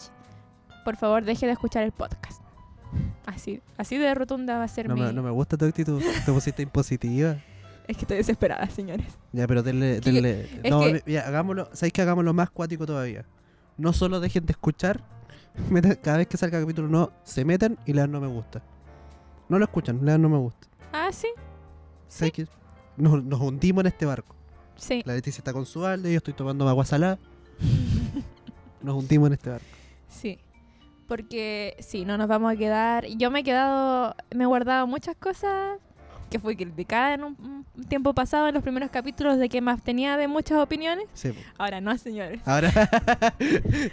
Speaker 2: por favor deje de escuchar el podcast. Así, así de rotunda va a ser
Speaker 1: No
Speaker 2: mi...
Speaker 1: me, no me gusta tu actitud. Te pusiste impositiva.
Speaker 2: Es que estoy desesperada, señores.
Speaker 1: Ya, pero denle.
Speaker 2: que-
Speaker 1: denle-
Speaker 2: es
Speaker 1: no,
Speaker 2: que-
Speaker 1: mira, hagámoslo. ¿Sabéis que hagámoslo más cuático todavía? No solo dejen de escuchar, metan- cada vez que salga capítulo no se metan y le dan no me gusta. No lo escuchan, le dan no me gusta.
Speaker 2: Ah, sí,
Speaker 1: ¿Sabéis que nos, nos hundimos en este barco?
Speaker 2: sí,
Speaker 1: La Leticia está con su balde, yo estoy tomando agua salada. Nos hundimos en este barco.
Speaker 2: sí. Porque sí, no nos vamos a quedar... Yo me he quedado, me he guardado muchas cosas que fui criticada en un un tiempo pasado en los primeros capítulos de que me abstenía de muchas opiniones.
Speaker 1: Sí, po.
Speaker 2: Ahora no, señores.
Speaker 1: ahora,
Speaker 2: Ahora,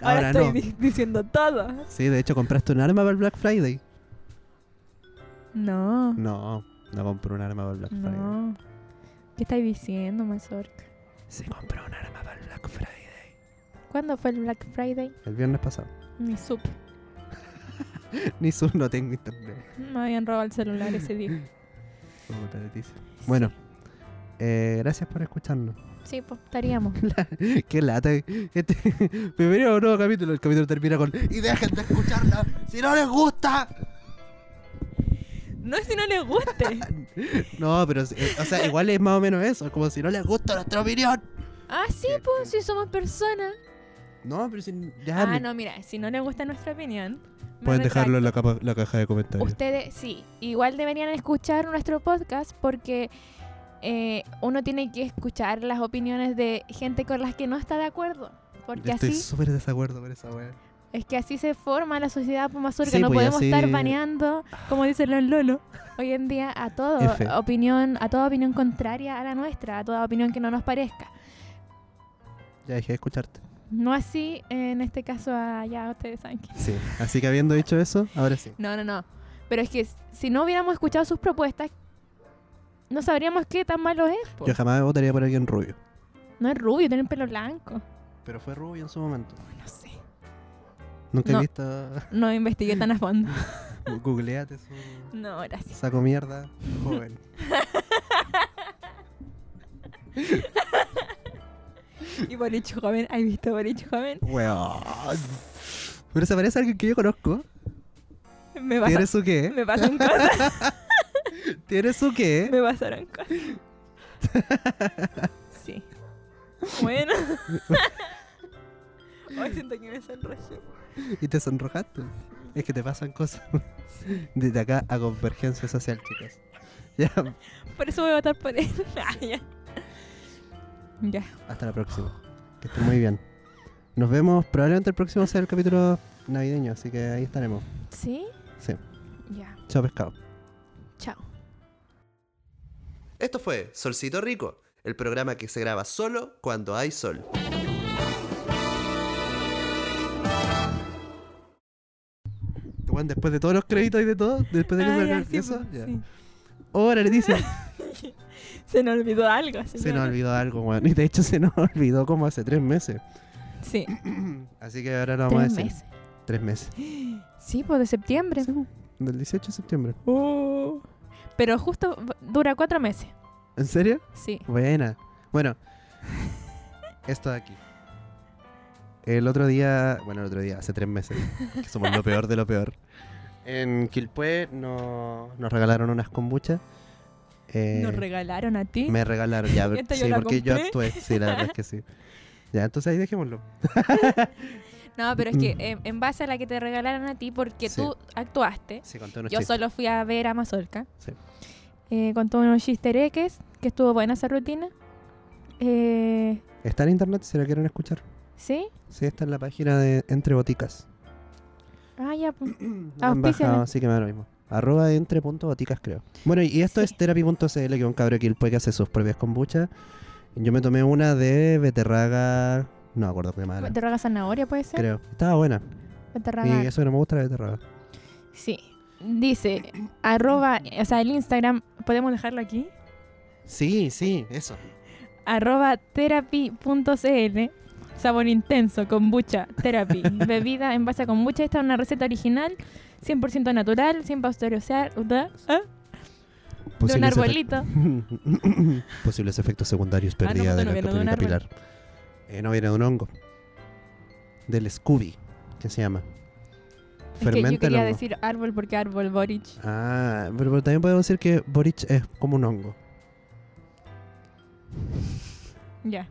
Speaker 1: ahora
Speaker 2: estoy
Speaker 1: no.
Speaker 2: di- diciendo todo.
Speaker 1: Sí, de hecho, compraste un arma para el Black Friday.
Speaker 2: No.
Speaker 1: No, no compré un arma para el Black Friday.
Speaker 2: No. ¿Qué estáis diciendo, Mazorca?
Speaker 1: Sí, compré un arma para el Black Friday.
Speaker 2: ¿Cuándo fue el Black Friday?
Speaker 1: El viernes pasado.
Speaker 2: Ni supe.
Speaker 1: Ni su no tengo internet.
Speaker 2: Me habían robado el celular ese día.
Speaker 1: Puta, Leticia. Bueno, eh, gracias por escucharnos.
Speaker 2: Sí, pues estaríamos.
Speaker 1: Qué lata. Este, bienvenido a un nuevo capítulo. El capítulo termina con Y dejen de escucharla si no les gusta.
Speaker 2: No es si no les guste.
Speaker 1: No, pero eh, o sea, igual es más o menos eso. Como si no les gusta nuestra opinión.
Speaker 2: ah, sí, pues, si somos personas.
Speaker 1: No, pero si ya,
Speaker 2: Ah,
Speaker 1: me-
Speaker 2: no, mira, si no les gusta nuestra opinión. me
Speaker 1: Pueden dejarlo en la,
Speaker 2: retracto.
Speaker 1: capa- la caja de comentarios.
Speaker 2: Ustedes, sí, igual deberían escuchar nuestro podcast porque eh, uno tiene que escuchar las opiniones de gente con las que no está de acuerdo. Porque
Speaker 1: Yo Estoy
Speaker 2: así
Speaker 1: súper desacuerdo con esa wea.
Speaker 2: Es que así se forma la sociedad mazurca,
Speaker 1: Sí,
Speaker 2: no
Speaker 1: pues, y
Speaker 2: podemos
Speaker 1: así-
Speaker 2: estar baneando, como dicen los lolo, hoy en día a todo
Speaker 1: F.
Speaker 2: opinión, a toda opinión contraria a la nuestra, a toda opinión que no nos parezca.
Speaker 1: Ya dejé de escucharte.
Speaker 2: No así en este caso a ya ustedes saben quién.
Speaker 1: Sí. Así que habiendo dicho eso, ahora sí.
Speaker 2: No, no, no. Pero es que si no hubiéramos escuchado sus propuestas, no sabríamos qué tan malo es. po.
Speaker 1: Yo jamás votaría por alguien rubio.
Speaker 2: No es rubio, tiene el pelo blanco.
Speaker 1: Pero fue rubio en su momento.
Speaker 2: No sé.
Speaker 1: Nunca
Speaker 2: No.
Speaker 1: he visto.
Speaker 2: No investigué tan a fondo.
Speaker 1: Googleate su.
Speaker 2: No, gracias.
Speaker 1: Saco mierda, joven.
Speaker 2: Y Boric joven, ¿has visto Boric joven?
Speaker 1: Weón. Pero se parece a alguien que yo conozco.
Speaker 2: Me
Speaker 1: ¿Tiene
Speaker 2: pasan,
Speaker 1: su qué?
Speaker 2: me pasan cosas,
Speaker 1: ¿Tiene su qué?
Speaker 2: me pasaron cosas. Sí. Bueno. Hoy siento que me sonrojo.
Speaker 1: Y te sonrojaste. Es que te pasan cosas. Desde acá a convergencia social, chicas. Ya,
Speaker 2: Por eso voy a votar por él. Ah, ya. Ya.
Speaker 1: hasta la próxima. Que estén muy bien. Nos vemos, probablemente el próximo sea el capítulo navideño, así que ahí estaremos.
Speaker 2: ¿Sí?
Speaker 1: Sí.
Speaker 2: Ya.
Speaker 1: Chao, pescado.
Speaker 2: Chao.
Speaker 4: Esto fue Solcito Rico, el programa que se graba solo cuando hay sol.
Speaker 1: Te voy weón, después de todos los créditos y de todo, después de que
Speaker 2: Ah, ya,
Speaker 1: salga
Speaker 2: sí,
Speaker 1: eso,
Speaker 2: pues,
Speaker 1: ya.
Speaker 2: sí.
Speaker 1: Ahora le dicen,
Speaker 2: Se nos olvidó algo.
Speaker 1: se
Speaker 2: señora.
Speaker 1: nos olvidó algo, weón. Y de hecho se nos olvidó como hace tres meses.
Speaker 2: Sí,
Speaker 1: Así que ahora lo vamos a
Speaker 2: tres
Speaker 1: decir.
Speaker 2: meses.
Speaker 1: Tres meses.
Speaker 2: Sí, pues de septiembre.
Speaker 1: Sí, Del 18 de septiembre.
Speaker 2: Oh. Pero justo v- dura cuatro meses.
Speaker 1: ¿En serio?
Speaker 2: Sí.
Speaker 1: Buena. Bueno, esto de aquí. El otro día, bueno, el otro día, hace tres meses, que somos lo peor de lo peor. En Quilpué no- nos regalaron unas kombuchas. Eh,
Speaker 2: Nos regalaron a ti.
Speaker 1: me regalaron, ya,
Speaker 2: Esta yo
Speaker 1: sí,
Speaker 2: la
Speaker 1: porque yo
Speaker 2: compré.
Speaker 1: actué. Sí, la verdad es que sí. Ya, entonces ahí dejémoslo.
Speaker 2: No, pero es que eh, en base a la que te regalaron a ti, porque
Speaker 1: Mm. Sí.
Speaker 2: tú actuaste.
Speaker 1: Sí, conté unos
Speaker 2: Yo
Speaker 1: chistes.
Speaker 2: solo fui a ver a Mazorca.
Speaker 1: Sí.
Speaker 2: Eh, contó unos chistereques, que estuvo buena esa rutina. Eh,
Speaker 1: Está en internet si la quieren escuchar.
Speaker 2: ¿Sí?
Speaker 1: Sí, está en la página de Entre Boticas.
Speaker 2: Ah, ya. pues.
Speaker 1: La han
Speaker 2: Auspíciala.
Speaker 1: bajado, así que me da lo mismo. Arroba entre punto boticas, creo. Bueno, y esto es therapy.cl, que un cabro aquí puede que hace sus propias kombuchas. Yo me tomé una de beterraga. No me acuerdo qué más era,
Speaker 2: Beterraga zanahoria, puede ser.
Speaker 1: Creo. Estaba buena.
Speaker 2: Beterraga-
Speaker 1: Y eso que no me gusta la beterraga.
Speaker 2: Sí. Dice, arroba, o sea, el Instagram, ¿podemos dejarlo aquí?
Speaker 1: Sí, sí, eso.
Speaker 2: Arroba therapy.cl Sabor intenso, kombucha, therapy. Bebida en base a kombucha. Esta es una receta original, 100% natural, sin pasteurizar. ¿verdad? Ah, De un arbolito.
Speaker 1: Posibles efectos secundarios,
Speaker 2: Ah, no,
Speaker 1: pérdida de
Speaker 2: no
Speaker 1: la
Speaker 2: viene de un
Speaker 1: capacidad
Speaker 2: árbol.
Speaker 1: capilar. Eh, no viene de un hongo. Del Scooby, que se llama.
Speaker 2: Es que yo
Speaker 1: el
Speaker 2: quería
Speaker 1: hongo.
Speaker 2: decir árbol porque árbol, Boric.
Speaker 1: Ah, pero, pero también podemos decir que Boric es como un hongo.
Speaker 2: Ya.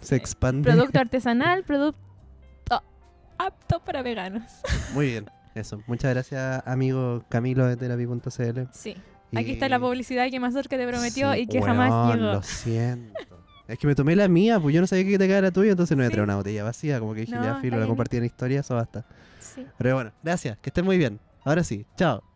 Speaker 1: Se expande.
Speaker 2: Producto artesanal, producto apto para veganos.
Speaker 1: Muy bien. Eso. Muchas gracias, amigo Camilo de therapy.cl.
Speaker 2: Sí.
Speaker 1: Y-
Speaker 2: Aquí está la publicidad que Mazorca te prometió
Speaker 1: Sí,
Speaker 2: y que
Speaker 1: weón,
Speaker 2: jamás llegó.
Speaker 1: Lo siento. Es que me tomé la mía, pues yo no sabía que te quedara tuya, entonces no voy a traer
Speaker 2: Sí.
Speaker 1: una botella vacía, como que dije,
Speaker 2: No,
Speaker 1: ya
Speaker 2: está
Speaker 1: filo, la
Speaker 2: bien.
Speaker 1: compartí en historia, eso basta.
Speaker 2: Sí.
Speaker 1: Pero bueno, gracias, que estén muy bien. Ahora sí, chao.